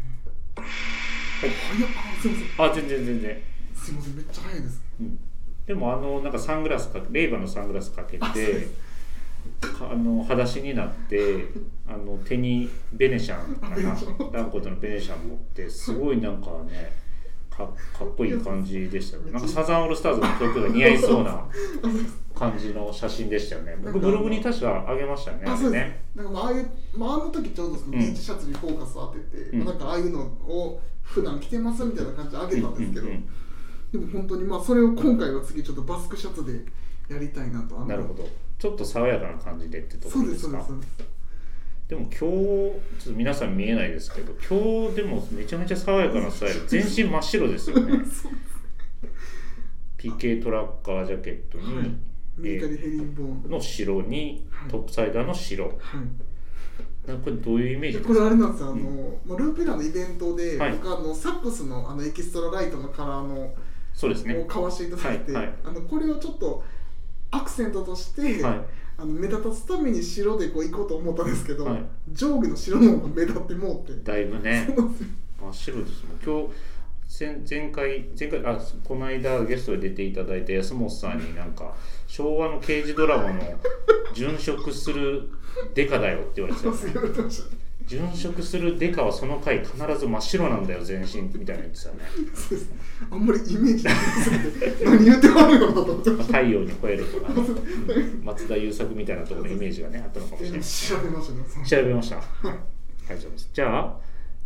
S1: はい
S2: 早っあすいません
S1: あ全然全然、
S2: すいませんめっちゃ早いです
S1: うん、でもあのなんかサングラスかレイバンのサングラスかけて
S2: あそうで
S1: かあの裸足になってあの手にベネシャンか
S2: ベネ
S1: な
S2: シャ ン
S1: ランコとのベネシャン持ってすごいなんかねかかっこいい感じでしたよ なんかサザンオールスターズの曲が似合いそうな感じの写真でしたよね僕ブログに確かあげましたよね
S2: あ
S1: あ
S2: そ
S1: れ
S2: うです
S1: ね
S2: なんかまあああいう、まあ、あの時ちょうどその
S1: うん
S2: ビーチシャツにフォーカスを当て
S1: う
S2: て、
S1: ん
S2: まあなんかああいうのを普段着てますみたいな感じであげたんですけど、
S1: うんうん
S2: でも本当にまあそれを今回は次ちょっとバスクシャツでやりたいなとあ
S1: うん
S2: の
S1: なるほどちょっと爽やかな感じでってとこ
S2: そう
S1: ろ
S2: で
S1: ですす
S2: そう
S1: か
S2: ですそうです
S1: でも今日ちょっと皆さん見えないですけど今日でもめちゃめちゃ爽やかなスタイル全身真っ白ですよ ね PK トラッカージャケットに、
S2: はい
S1: え
S2: ミリタリーヘリンボーン
S1: ーの白に
S2: はい
S1: トップサイダーの白
S2: はい
S1: なんかこれどういうイメージです
S2: こ
S1: か
S2: れあれなんですよ、あのまあ、ルーペラのイベントで、
S1: はい
S2: 僕あのサックスのあのエキストラライトのカラーの
S1: そうです
S2: を
S1: ね
S2: 買わせていただいて、
S1: はいはい
S2: あのこれをちょっとアクセントとして、
S1: はい
S2: あの目立たすために白でこう行こうと思ったんですけど、
S1: はい
S2: 上下の白の方が目立ってもうって。
S1: だいぶね
S2: そうなんですよ
S1: 真っ白ですもん今日前前回前回あこの間ゲストで出ていただいた安本さんになんか昭和の刑事ドラマの殉職するデカだよって言われてたよね
S2: 言われてました
S1: 殉職するデカはその回必ず真っ白なんだよ全身みたいな言ってたね
S2: そうですあんまりイメージなすぎて 何言ってはるのかなと思ってました
S1: 太陽に吠えるとかね、うん松田優作みたいなところのイメージがねあったのかもしれない調
S2: 調べましたねその
S1: べました大丈夫ですじゃあ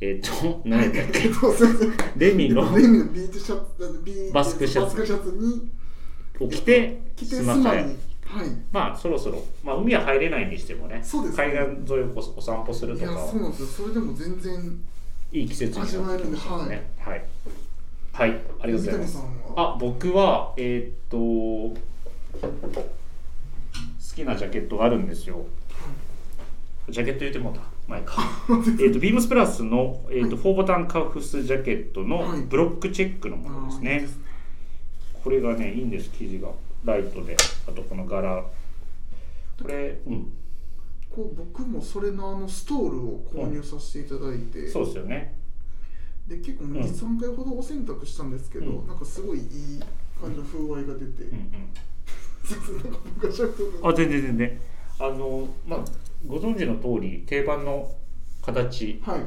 S1: えっ、と何だっけ
S2: えっとすいません
S1: レミの
S2: レミのビーチシャツビーチ
S1: バスクシャツ
S2: バスクシャツに
S1: を着て
S2: 着てス
S1: スマ
S2: マ
S1: カ
S2: に
S1: ヤ
S2: はい
S1: まあそろそろ、まあ、海は入れないにしてもね
S2: そうですね
S1: 海岸沿いをこうお散歩する
S2: い
S1: とか
S2: やそうなんですよそれでも全然
S1: いい季節になってきましたねはい、はいありがとうございます
S2: 三谷さんは
S1: あ僕はえーっと好きなジャケットがあるんですよジャケット言ってもうた前 かえっとビームスプラスの、えーっと4ボタンカフスジャケットの
S2: はい
S1: ブロックチェックのものですね、
S2: あーいいですね
S1: これがねいいんです生地がライトであとこの柄これうん
S2: こう僕もそれのあのストールを購入させていただいて、
S1: そうですよね
S2: で結構
S1: ん
S2: 23回ほどお洗濯したんですけど、
S1: うん
S2: なんかすごいいい感じの風合いが出て、
S1: うんうん
S2: すいません なんか僕がしゃべってるの
S1: あ全然全然あのまあご存知の通り定番の形
S2: はい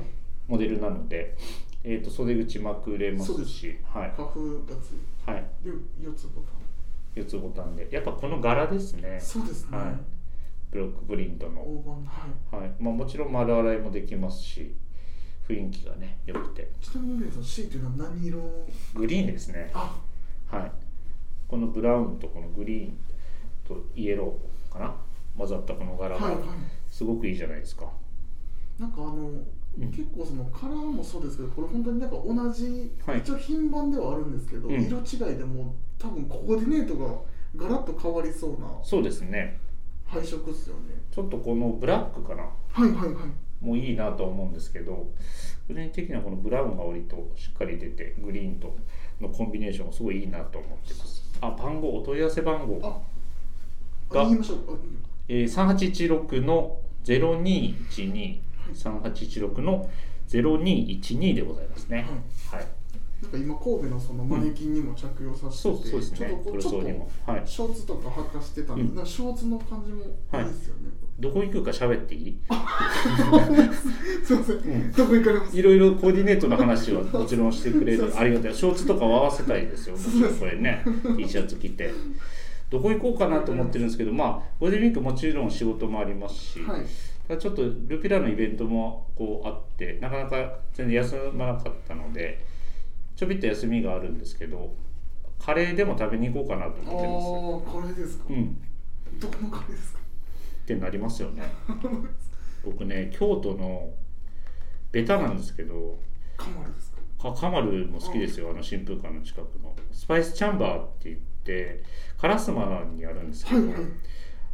S1: モデルなので、えー、と袖口まくれます
S2: そうで
S1: しはい
S2: 花粉がつい
S1: はい
S2: で四つボタン
S1: 四つボタンでやっぱこの柄ですね
S2: そうですね、
S1: はいブロックプリントの、
S2: 大判はい
S1: はいまあ、もちろん丸洗いもできますし雰囲気がね良くて
S2: ちなみに皆さん C っていうのは何色
S1: グリーンですね
S2: あ
S1: はいこのブラウンとこのグリーンとイエローかな混ざったこの柄
S2: はい
S1: が
S2: はい
S1: すごくいいじゃないですか、
S2: なんかあの、
S1: ん
S2: 結構そのカラーもそうですけどこれ本当になんか同じ、
S1: はい
S2: 一応品番ではあるんですけど、
S1: うん
S2: 色違いでもう多分コーディネートがガラッと変わりそうな
S1: そうですね
S2: 配色っすよね
S1: ちょっとこのブラックかな
S2: はいはいはい
S1: もういいなとは思うんですけど個人的にはこのブラウンが割としっかり出てグリーンとのコンビネーションがすごいいいなと思ってますあ番号お問い合わせ番号、
S2: あ
S1: が
S2: あ言いましょうあいいよ
S1: えー、3816の0212 3816の0212でございますねはい、
S2: なんか今神戸のそのマネキンにも着用させて
S1: そう
S2: て、
S1: そうです
S2: ちょ
S1: ね
S2: っとこ
S1: プ
S2: う
S1: ロ
S2: ち
S1: ソ
S2: ょっ
S1: ーにもはい
S2: とショーツとか履かしてたんで、
S1: うん
S2: なんかショーツの感じもいいですよね、
S1: どこ行くか喋っていい
S2: すいません、どこ行かれます
S1: いろいろコーディネートの話はもちろんしてくれるありがたいショーツとかは合わせたいですよもちろんこれ ね T シャツ着てどこ行こうかなと思ってるんですけどまあゴールデンウィークもちろん仕事もありますし、
S2: はい
S1: ただちょっとルピラのイベントもこうあってなかなか全然休まなかったのでちょびっと休みがあるんですけどカレーでも食べに行こうかなと
S2: ああ
S1: 思
S2: ーこれですか、
S1: ってますうん
S2: どこのカレーですか
S1: ってなりますよね僕ね京都のベタなんですけど
S2: カマルです
S1: か
S2: か
S1: カマルも好きですよ、あの新風館の近くのスパイスチャンバーって言って烏丸にあるんですけ
S2: は
S1: ど、
S2: いはいはい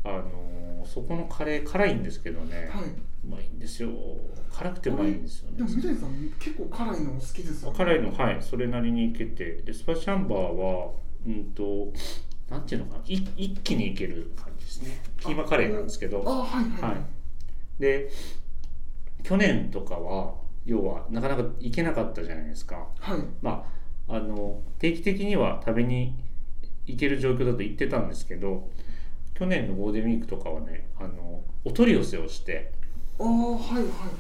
S1: あのーそこのカレー辛いんですけどね、うまいんですよ辛くてうまいんですよ
S2: でも三
S1: ね
S2: 谷さん結構辛いのお好きですよね
S1: 辛い
S2: の
S1: のはいそれなりにいけてでスパイスチャンバーはうんとなんていうのかない一気にいける感じですねキーマカレーなんですけど
S2: あはいはい
S1: はいで去年とかは要はなかなか行けなかったじゃないですか
S2: はい
S1: まあ、あの定期的には食べに行ける状況だと言ってたんですけど去年のゴールデンウィークとかはねあのお取り寄せをして
S2: ああはいはい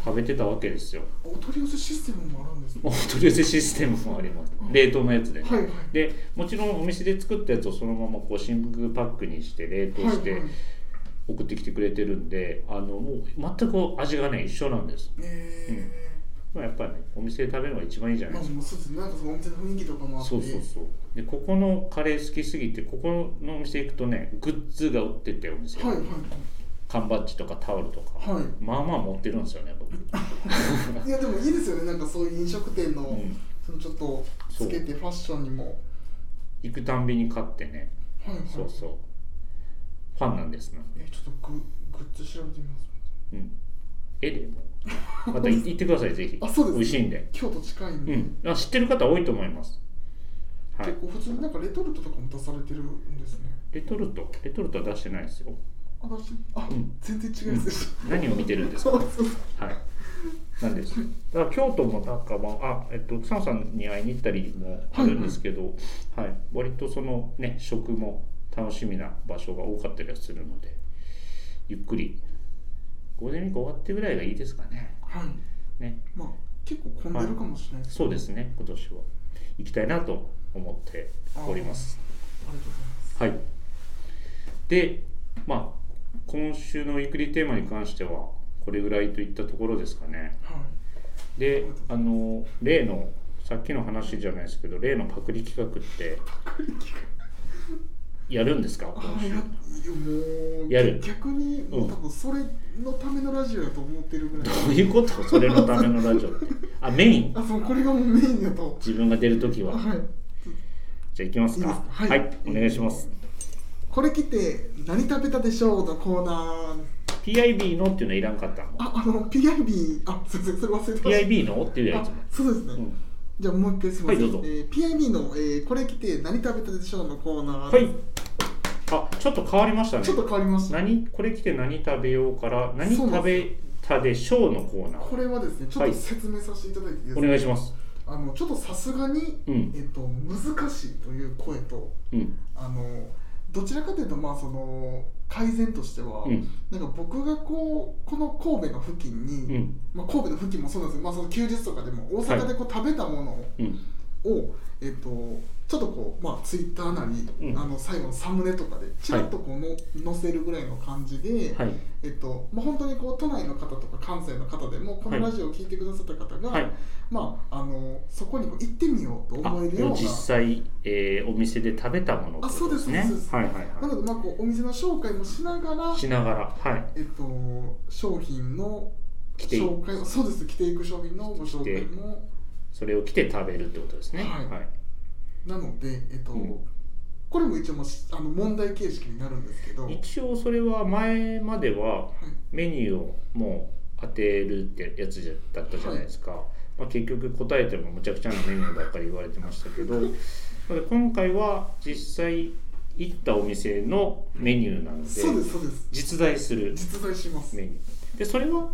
S1: 食べてたわけですよ
S2: お取り寄せシステムもあるんですね
S1: お取り寄せシステムもあります冷凍のやつでね、
S2: はいはい
S1: でもちろんお店で作ったやつをそのままこう真空パックにして冷凍し
S2: はい
S1: て
S2: はい
S1: 送ってきてくれてるんで、あのもう全く味がね一緒なんです、
S2: え
S1: まあ、やっぱりねお店で食べるのが一番いいじゃ
S2: ー
S1: ない
S2: ま
S1: で
S2: あ
S1: すか
S2: もうそうですねなんかそのお店の雰囲気とかもあって
S1: そうそうそうでここのカレー好きすぎてここのお店行くとねグッズが売っててお店、
S2: はいはい
S1: 缶バッジとかタオルとか、
S2: はい
S1: まあまあ持ってるんですよね僕、
S2: いやでもいいですよねなんかそういう飲食店の、
S1: うん
S2: そのちょっとつけてファッションにも
S1: 行くたんびに買ってね
S2: はいはい
S1: そうそうファンなんですな、
S2: えちょっとググッズ調べてみます
S1: うんえでもまた行ってくださいぜひ
S2: あそうですね
S1: 美味しいんで
S2: 京都近いん
S1: う
S2: で、
S1: んあ知ってる方多いと思いますはい
S2: 結構普通になんかレトルトとかも出されてるんですね
S1: レトルトレトルトは出してないですよ
S2: あ出してあ、
S1: うん
S2: 全然違いですね、
S1: 何を見てるんですか
S2: そうそう
S1: はい。なんです。だから京都もなんかまあ、あえっと、草野さんに会いに行ったりもあるんですけど、はい、割とそのね、食も楽しみな場所が多かったりはするので、ゆっくり、ゴールデンウィーク終わってぐらいがいいですかね。
S2: はい
S1: ね、
S2: まあ結構混んでるかもしれないです、
S1: そうですね、今年は。行きたいなと思っております。
S2: ありがとうございます
S1: はい。で、まあ、今週のウィークリーテーマに関しては、これぐらいといったところですかね。
S2: はい
S1: であの例のさっきの話じゃないですけど例のパクリ企画ってやるんですか
S2: あ
S1: 今
S2: あ
S1: 週
S2: やいやもう
S1: やる
S2: 逆にもう多分それのためのラジオやと思ってるぐらい、
S1: どういうことそれのためのラジオってあメイン
S2: あそうこれがもうメインやと
S1: 自分が出るとき
S2: あ
S1: は
S2: はい
S1: じゃあ行きますか
S2: いいですか
S1: は、
S2: はいい
S1: お願いします
S2: これ来て何食べたでしょうのコーナー
S1: PIB のっていうのはいらんかった
S2: ああの PIB あすいませんそれ忘れてました
S1: PIB のっていうや
S2: あ
S1: つ
S2: そうですね、
S1: うん
S2: じゃあもう一回すみません、
S1: はいどうぞ
S2: えー PIB の、えーこれ来て何食べたでしょう」のコーナー
S1: はいあちょっと変わりましたね
S2: ちょっと変わりました
S1: 何これ来て何食べようから何
S2: そうな
S1: 食
S2: んで
S1: べ
S2: す
S1: たでしょうのコーナ
S2: こ
S1: ー
S2: れはですねちょっと説明させていただいていいです
S1: お
S2: か、
S1: 願いします
S2: あのちょっとさすがに、
S1: うん
S2: えっと難しいという声と
S1: うん
S2: あのどちらかというとまあその改善としては、
S1: うん
S2: なんか僕がこうこの神戸の付近
S1: う
S2: に、
S1: ん
S2: まあ、神戸の付近もそうなんですけど、まあ、その休日とかでも大阪でこう、食べたものを
S1: うん
S2: を、えっとちょっとこう、まあ、ツイッターなり、
S1: うん
S2: あの最後のサムネとかでちらっとこうの、載せるぐらいの感じで、
S1: はい
S2: えっとまあ、本当にこう都内の方とか関西の方でもこ
S1: は
S2: の
S1: い
S2: ラジオを聞いてくださった方が、
S1: はい
S2: まあ、あのそこにこう行ってみようと
S1: あ
S2: 思えるような
S1: 実際、えーお店で食べたものってことですね
S2: あそうですそう
S1: はいはいは
S2: なので、まあ、こうお店の紹介もしながら
S1: い、しながらはい
S2: えっと、商品の
S1: 着てい
S2: 紹介そうです着ていく商品のご紹介も
S1: それを着て食べるってことですね
S2: はい
S1: はい
S2: なので、えっと
S1: うん
S2: これも一応もうしあの問題形式になるんですけど。
S1: 一応それは前までは
S2: はい
S1: メニューをもう当てるってやつじゃだったじゃないですか、まあ、結局答えてもむちゃくちゃなメニューばっかり言われてましたけどなので今回は実際行ったお店のメニューなの
S2: そうで
S1: です
S2: そうです
S1: 実在する
S2: 実在します
S1: メニューでそれは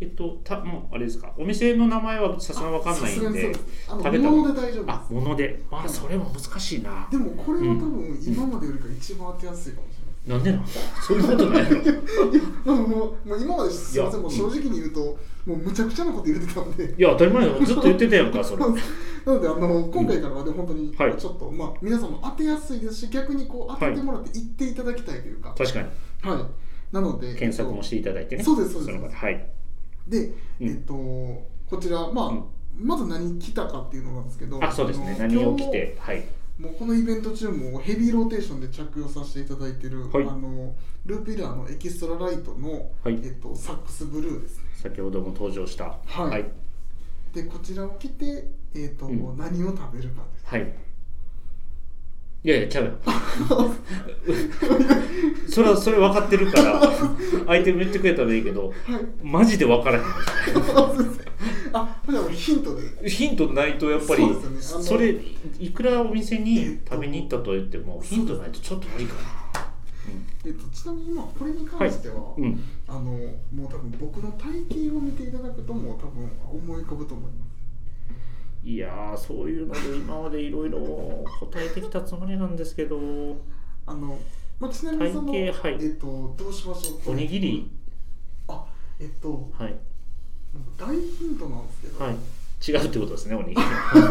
S1: えっとたもうあれですかお店の名前はさすがに分かんないんで
S2: あさす
S1: 食
S2: が
S1: べ
S2: に
S1: たも
S2: そうですあの物
S1: の
S2: で大丈夫
S1: あ
S2: で
S1: 物であそれは難しいな
S2: すでもこれは多分今までよりか一番当てやすいかもし
S1: なんでなんそういうことないの
S2: れない、もうもう今まですいませ
S1: いや
S2: んもう正直に言うと、もうむちゃくちゃなこと言ってたん
S1: い
S2: で
S1: や当たり前だよずっと言ってたやんかそれ
S2: なのであの今回からはね本当に
S1: はい
S2: ちょっと、まあ皆さんも当てやすいですし逆にこう当ててもらって言っていただきたいというかはい、
S1: 確かに
S2: なので
S1: 検索もしていただいてね
S2: そうですそうです
S1: の方はい
S2: で、
S1: うん
S2: えっとこちらまあ、
S1: うん
S2: まず何着たかっていうのなんですけど
S1: あそうですね
S2: あの
S1: 何を着てはい
S2: もうこのイベント中もヘビーローテーションで着用させていただいてる、
S1: はい
S2: あのルーピラーのエキストラライトの、
S1: はい
S2: えっと、サックスブルーですね
S1: 先ほども登場した
S2: はい
S1: はい
S2: でこちらを着て、えっと
S1: うん
S2: 何を食べるかです
S1: はいいやいやちゃう よそれはそれ分かってるからアイテム言ってくれたらいいけど
S2: はい
S1: マジで分からへん
S2: あじゃあヒントで
S1: ヒントないとやっぱり
S2: そうですよねあの
S1: それいくらお店に食べに行ったと言ってもヒントないとちょっと無理か
S2: えっと、ちなみに今これに関しては、
S1: なうん
S2: あのもう多分僕の体型を見ていただくともう多分思い浮かぶと思います
S1: いやーそういうので今までいろいろ答えてきたつもりなんですけどお
S2: あの、まあ、ちなみにその、
S1: 体型はい
S2: えっとどうしましょう
S1: にぎり
S2: あえっと
S1: はい
S2: 大ヒントなんですけど、
S1: はい違うってことですねおにぎ りは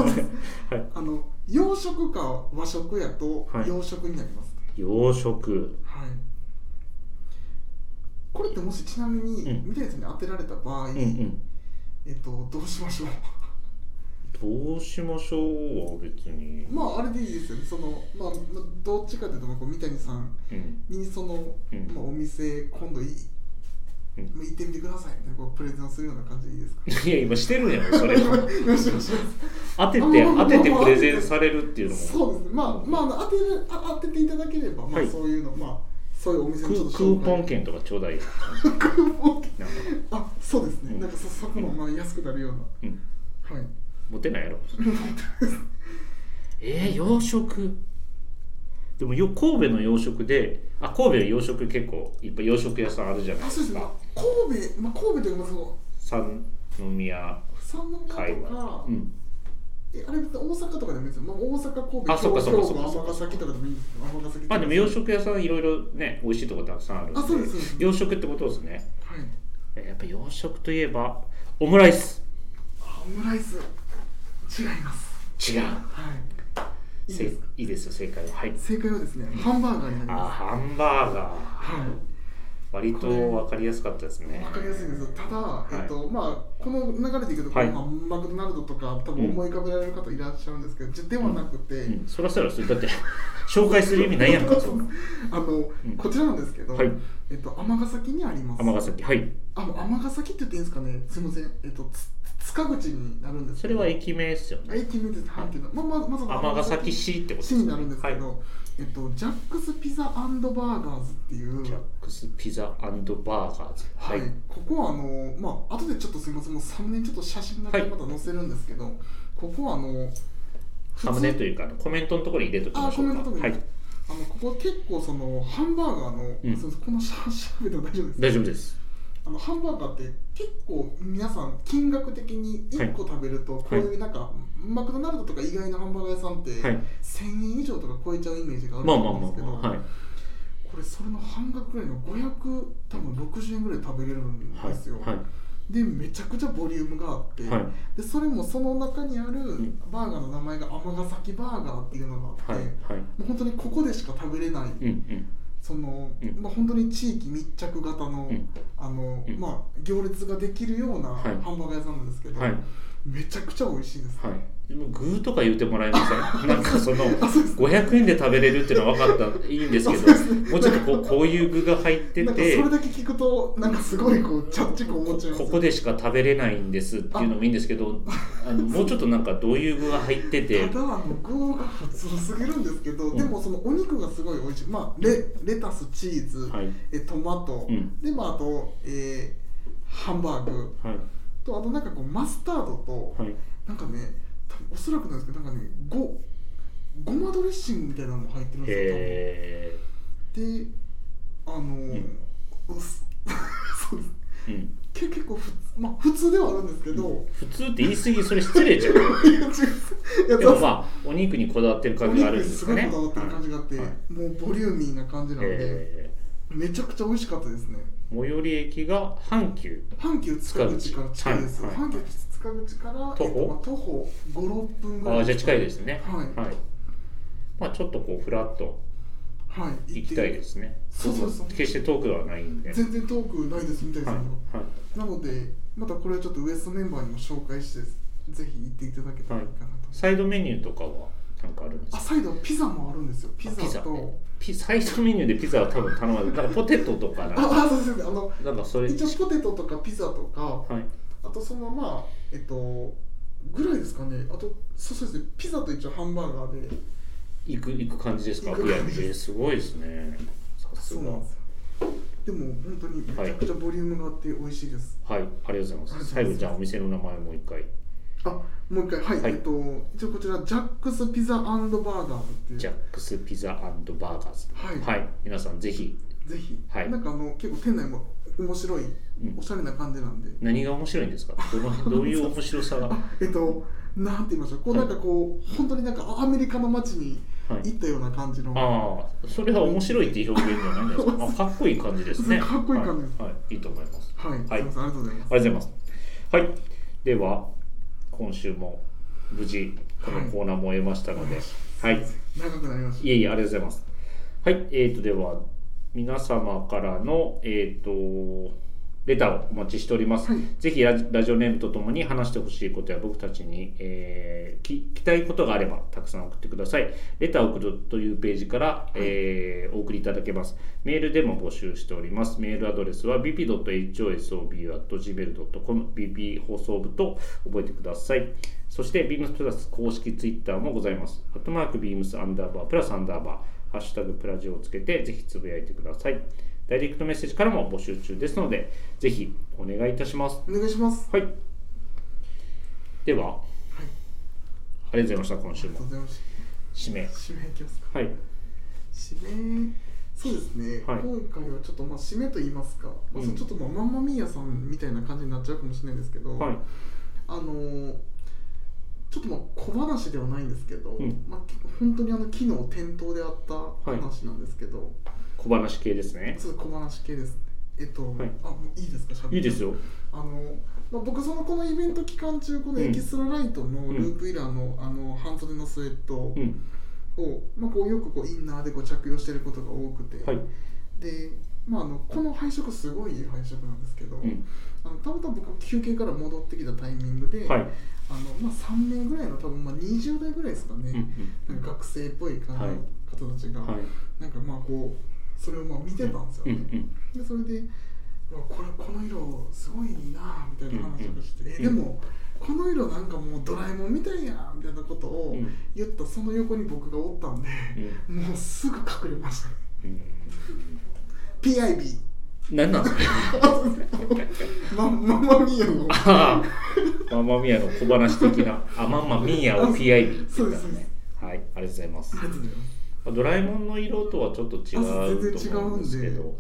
S1: い
S2: あの洋食か和食やと
S1: はい
S2: 洋食になります、
S1: 洋食
S2: はいこれってもしちなみに
S1: うん
S2: 三谷さんに当てられた場合、
S1: うんうん
S2: えっと、どうしましょう
S1: どうしましょうは別に、
S2: まああれでいいですよねその、まあ、まあどっちかというとこう三谷さん
S1: うん、
S2: にその、
S1: うん
S2: まあ、お店今度
S1: う
S2: い、
S1: ん
S2: 行ってみてくださいみたいなこうプレゼンをするような感じでいいですか
S1: いや今してるんやろそれ は
S2: よしよしよし
S1: 当て
S2: あ
S1: て
S2: まあま
S1: 当
S2: あ
S1: ててプレゼンされるっていうのも
S2: そうですねまあまああの当てるあ当てていただければ、ま
S1: は
S2: あ、
S1: い
S2: そういうの、まあそういうお店
S1: ク
S2: のちょっ
S1: ー
S2: と
S1: ク
S2: 紹
S1: ーポン
S2: 介
S1: 券とかちょうだいよ
S2: クーポン券
S1: なんか
S2: あそうですね、
S1: うん
S2: なんかそそこのまあ安くなるような、
S1: うん
S2: はい
S1: モテない やろえー、洋食でもよ神戸の洋食であ神戸は洋食結構いっぱい洋食屋さんあるじゃない
S2: あ
S1: で
S2: そうですすね、まあ
S1: か、
S2: 神戸、まあ、神戸というかまあその
S1: 三宮
S2: 三宮とか、
S1: 会話、うん、
S2: えあれ別に大阪とかでもいいですよ、まあ、大阪神戸
S1: あそっかそっかそっか
S2: 兵庫尼崎とかでもいいんですけど尼崎とか
S1: まあでも洋食屋さんいろいろね美味しいとこたくさんあるん
S2: あそうですそうです
S1: 洋食ってことですね
S2: はい
S1: えーやっぱ洋食といえばオムライス
S2: あオムライス違います
S1: 違う
S2: はいいい
S1: せ
S2: で
S1: い
S2: すか
S1: いですよ正解ははい
S2: 正解はですねハンバーガーになり
S1: あ
S2: ます
S1: ハンバーガー
S2: はい
S1: 割と分かりやすかったですね
S2: わかりやすいんですよただ、
S1: い
S2: えっとまあこの流れでいくと、
S1: はい
S2: 後半マクドナルドとか多分思い浮かべられる方いらっしゃるんですけど、じゃではなくて、
S1: うん、そらそらそれだって紹介する意味ないやんかそんな
S2: あの、
S1: ん
S2: こちらなんですけど、
S1: はい
S2: えっと尼崎にあります。
S1: 尼崎はい
S2: あの尼崎って言っていいんですかね。すみません。えっとつ塚口になるんで
S1: そ
S2: すけ
S1: れ
S2: ど。
S1: は駅名ですよね
S2: 駅名です。はい。っていうのまあまあまず
S1: 尼崎市ってことです
S2: 市
S1: ね
S2: になるんですけど、
S1: は
S2: えっとジャックスピザバーガーズっていう
S1: い、ジャッ。クスピザバーガーズ
S2: はい、ここはあの、まあ後でちょっとすみません、もうサムネにちょっと写真だけまた載せるんですけど、ここはあの、普通
S1: サムネというかあのコメントのところに入れときま
S2: あ
S1: し
S2: コ
S1: ょ
S2: メン
S1: う
S2: トと
S1: か
S2: かに、
S1: はい
S2: あのここ結構そのハンバーガーの、
S1: うん
S2: すみませんこのしゃしゃべでも大丈夫ですか
S1: 大丈夫です
S2: あのハンバーガーって結構皆さん金額的に1個食べるとこういうなんか、マクドナルドとか以外のハンバーガー屋さんって、
S1: はい
S2: 1000円以上とか超えちゃうイメージがある
S1: ま
S2: と
S1: あまあ
S2: 思うん
S1: ま
S2: ですけど、
S1: あまあはい
S2: これそれの半額ぐらいの500多分60円ぐらい食べれるん
S1: はい
S2: ですよ、
S1: はい
S2: でめちゃくちゃボリュームがあって、
S1: はい
S2: でそれもその中にある
S1: ん
S2: バーガーの名前が尼崎バーガーっていうのがあ
S1: は
S2: っ
S1: い
S2: て、
S1: はい
S2: もう本当にここでしか食べれない、
S1: うんうん
S2: その、
S1: うん
S2: まあ、本当に地域密着型の、
S1: うん
S2: あの、
S1: うん
S2: まあ行列ができるようなハ
S1: はい
S2: ンバーガー屋さんなんですけど、
S1: はい
S2: めちゃくちゃ美味しいです、
S1: はいでもグーとか言ってもらえませ んなんかその
S2: あそうです
S1: 500円で食べれるっていうのは分かったいいんですけ
S2: あ
S1: ど
S2: そうですね
S1: もうちょっとこうこういう具が入って
S2: なんかそ
S1: て
S2: れだけ聞くとなんかすごいこうチャッチく思っちゃいます
S1: ここでしか食べれないんですっていうのもいいんですけどあのもうちょっとなんかどういう具が入ってて
S2: ただあの具が普通すぎるんですけど、
S1: うん
S2: でもそのお肉がすごい美味しいまあレレタスチーズ、
S1: はい
S2: えトマト、
S1: うん
S2: でまああと、えーハンバーグ
S1: はい
S2: とあとなんかこうマスタードと、
S1: はい
S2: なんかね多分おそらくなんですけどなんかねごごまドレッシングみたいなのも入ってるんで
S1: へ
S2: すよ多分であのーうす そうです
S1: え、うん、
S2: け結構普通まあ普通ではあるんですけど、
S1: 普通って言い過ぎそれ失礼じゃん
S2: いや違ういや
S1: でもまあお肉にこだわってる
S2: お
S1: 感じがあ
S2: 肉
S1: るん
S2: に
S1: です
S2: す
S1: か
S2: ごい
S1: ね
S2: こだわってる感じがあって、
S1: はいはい
S2: もうボリューミーな感じなので、
S1: え
S2: めちゃくちゃ美味しかったですね
S1: ー最寄り駅が阪急
S2: 阪急塚口から近いです、
S1: はいはい
S2: 阪急塚口から
S1: 徒歩
S2: えっとまあ徒歩56分ぐ
S1: あ
S2: らい
S1: あじゃあ近いですね
S2: はい
S1: はい、まあちょっとこうフラッと
S2: はい
S1: 行きたいですね
S2: そうそうそう
S1: 決して遠くはないんで
S2: 全然遠くないですみたいですけ
S1: はい
S2: ど、
S1: はい
S2: なので、またこれはちょっとウエストメンバーにも紹介して、ぜひ行っていただけたらいいかなと。
S1: サイドメニューとかはなんかあるんです
S2: あ、
S1: か
S2: サイドはピザもあるんですよ。ピザと。
S1: ねピサイドメニューでピザは多分頼まないなんかポテトとかなんか
S2: あ、あ、そうですね。あの、
S1: なんかそれ
S2: 一応ポテトとかピザとか、
S1: はい
S2: あとそのまあ、えっと、ぐらいですかね。あと、そうそうですね。ピザと一応ハンバーガーで。
S1: 行く行く感じですか
S2: 行く
S1: いや
S2: 感じです
S1: すごいですねさす
S2: そう
S1: が
S2: なんですよ。でも、本当にめちゃくちゃボリュームがあって美味しいです。
S1: はい、ありがとうございます。最
S2: ありがとうございます
S1: 後じゃあお店の名前もう一回。
S2: あ、もう一回、はい、
S1: はい
S2: えっと、一応こちら、ジャックスピザバーガーズっていう。
S1: ジャックスピザバーガーズ。
S2: はい
S1: 皆さんぜひ
S2: ぜひ、
S1: はい
S2: なんかあの結構店内も面白い、
S1: うん
S2: おしゃれな感じなんで、
S1: 何が面白いんですか。ど のどういう面白さが。は
S2: えっと、なんて言いましょう、こう
S1: は
S2: ないんかこう、本当になんかアメリカの街に行
S1: い。
S2: ったような感じの、
S1: ああ、それは面白いっていう表現じゃないんですか。あ、かっこいい感じですね。
S2: かっこいい感じです
S1: はい、はい、いいと思います。
S2: はい、すみません、ありがとうございま
S1: あ
S2: す。
S1: りがとうございます。はい、では今週も無事このコーナーも終えましたので、はい、
S2: 長くなりまし
S1: いえいえ、ありがとうございます。はい、えー、と、では、皆様からの、えっ、と、レターをお待ちしております。
S2: はい
S1: ぜひラジ、ラジオネームとともに話してほしいことや、僕たちに、えー聞聞きたいことがあれば、たくさん送ってください。レターを送るというページから、えーお送りいただけます。メールでも募集しております。メールアドレスは bp.hosobu.gmail.com、bp 放送部と覚えてください。そして、beams プラス公式ツイッターもございます。アットマーク beams アンダーバープラスアンダーバー、ハッシュタグプラジオをつけて、ぜひつぶやいてください。ダイレクトメッセージからも募集中ですので、ぜひお願いいたします。
S2: た。お願いします。
S1: はい。では、
S2: はい、
S1: ありがとうございました、今
S2: あ
S1: 週
S2: りがとう
S1: も
S2: ご。ざいます。
S1: 指名。
S2: 指名いきますか。
S1: はい。
S2: 指名、そうですね、
S1: はい
S2: 今回はちょっと、まあ、指名と言いますか、まあ、
S1: うん
S2: ちょっと、まあ、マンマミーヤさんみたいな感じになっちゃうかもしれないですけど、
S1: はい。
S2: あのーちょっとまあ小話ではないんですけど、
S1: うん
S2: まあ、結構本当にあの昨日店頭であった話なんですけど、
S1: 小話系ですね。
S2: ちょっと小話系ですねえっと、
S1: い
S2: あもういいですかしゃ
S1: いいですよ。
S2: あの、まあ、僕そのこのイベント期間中このエキストラライトのループイラーの,、あの半袖のスウェットを、
S1: うん。
S2: まあ、こうよくこうインナーでこう着用してることが多くて、
S1: はい。
S2: で、まあ、あのこの配色すごいいい配色なんですけど、
S1: うん
S2: あのたまたま僕休憩から戻ってきたタイミングで、
S1: はい
S2: あのまあ、3名ぐらいの多分まあ20代ぐらいですかね、
S1: うん
S2: なんか学生っぽい感じ
S1: はい
S2: の方たちが、
S1: はい
S2: なんかまあこうそれをまあ見てたんですよ
S1: うん
S2: ね、
S1: うん
S2: でそれで「うわこれこの色すごいいいな」みたいな話をして「
S1: うん
S2: えでもこの色なんかもうドラえもんみたいや」みたいなこと
S1: う
S2: を
S1: ん
S2: 言ったその横に僕がおったんで、もうすぐ隠れました
S1: うん、
S2: PIB
S1: 何なんですか
S2: まママミヤの
S1: ああママミヤの小話的なあママミヤを PIB って言った
S2: そう
S1: の
S2: ですそうで
S1: ねはいありがとうございます
S2: ありがとうございます
S1: ドラえもんの色とはちょっと違うと思うんですけど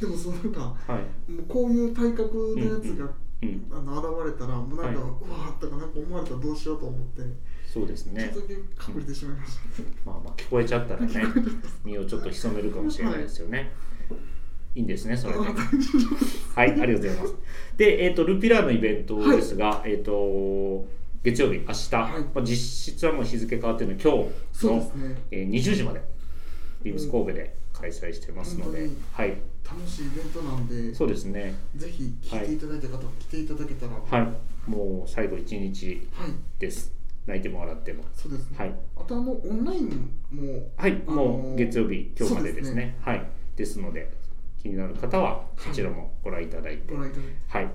S2: でもそのなんかも
S1: はいう
S2: こういう体格のやつが、
S1: うん
S2: あの現れたらもうな
S1: は
S2: んか、
S1: いう
S2: わーとかなんか思われたらどうしようと思って、
S1: そうですね
S2: ちょっとだけ隠れてしまいました、
S1: まあまあ聞こえちゃったらね身をちょっと潜めるかもしれないですよねいいんですね それではいありがとうございますでえっ、とルピラーのイベントですが、えっ、と月曜日明日、
S2: はい
S1: まあ、実質はもう日付変わってるので今日
S2: そうで
S1: の
S2: すね
S1: えー20時までビームス神戸で開催してますので、
S2: うん
S1: はい
S2: 楽しいイベントなんで
S1: そうですね
S2: ぜひ聞いていただいた方、来ていただけたらはい、
S1: はいもう最後1日です泣いても笑っても
S2: そうですね、
S1: はい
S2: あとあのオンラインも
S1: はい
S2: あのー
S1: もう月曜日今日までですね
S2: そうですね
S1: はいですので気になる方はそちらもご覧いただいて
S2: ご覧いただいて
S1: はい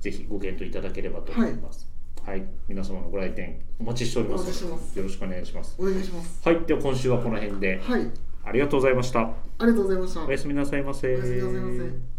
S1: ぜひご検討いただければと思いますはい、皆様のご来店お待ちしておりますので
S2: お待ちしてます
S1: よろしくお願いします
S2: お願いします
S1: はいでは今週はこの辺で
S2: はいあり
S1: ありがとうございました
S2: がとうございました
S1: おやすみなさいませ
S2: おやすみなさいませ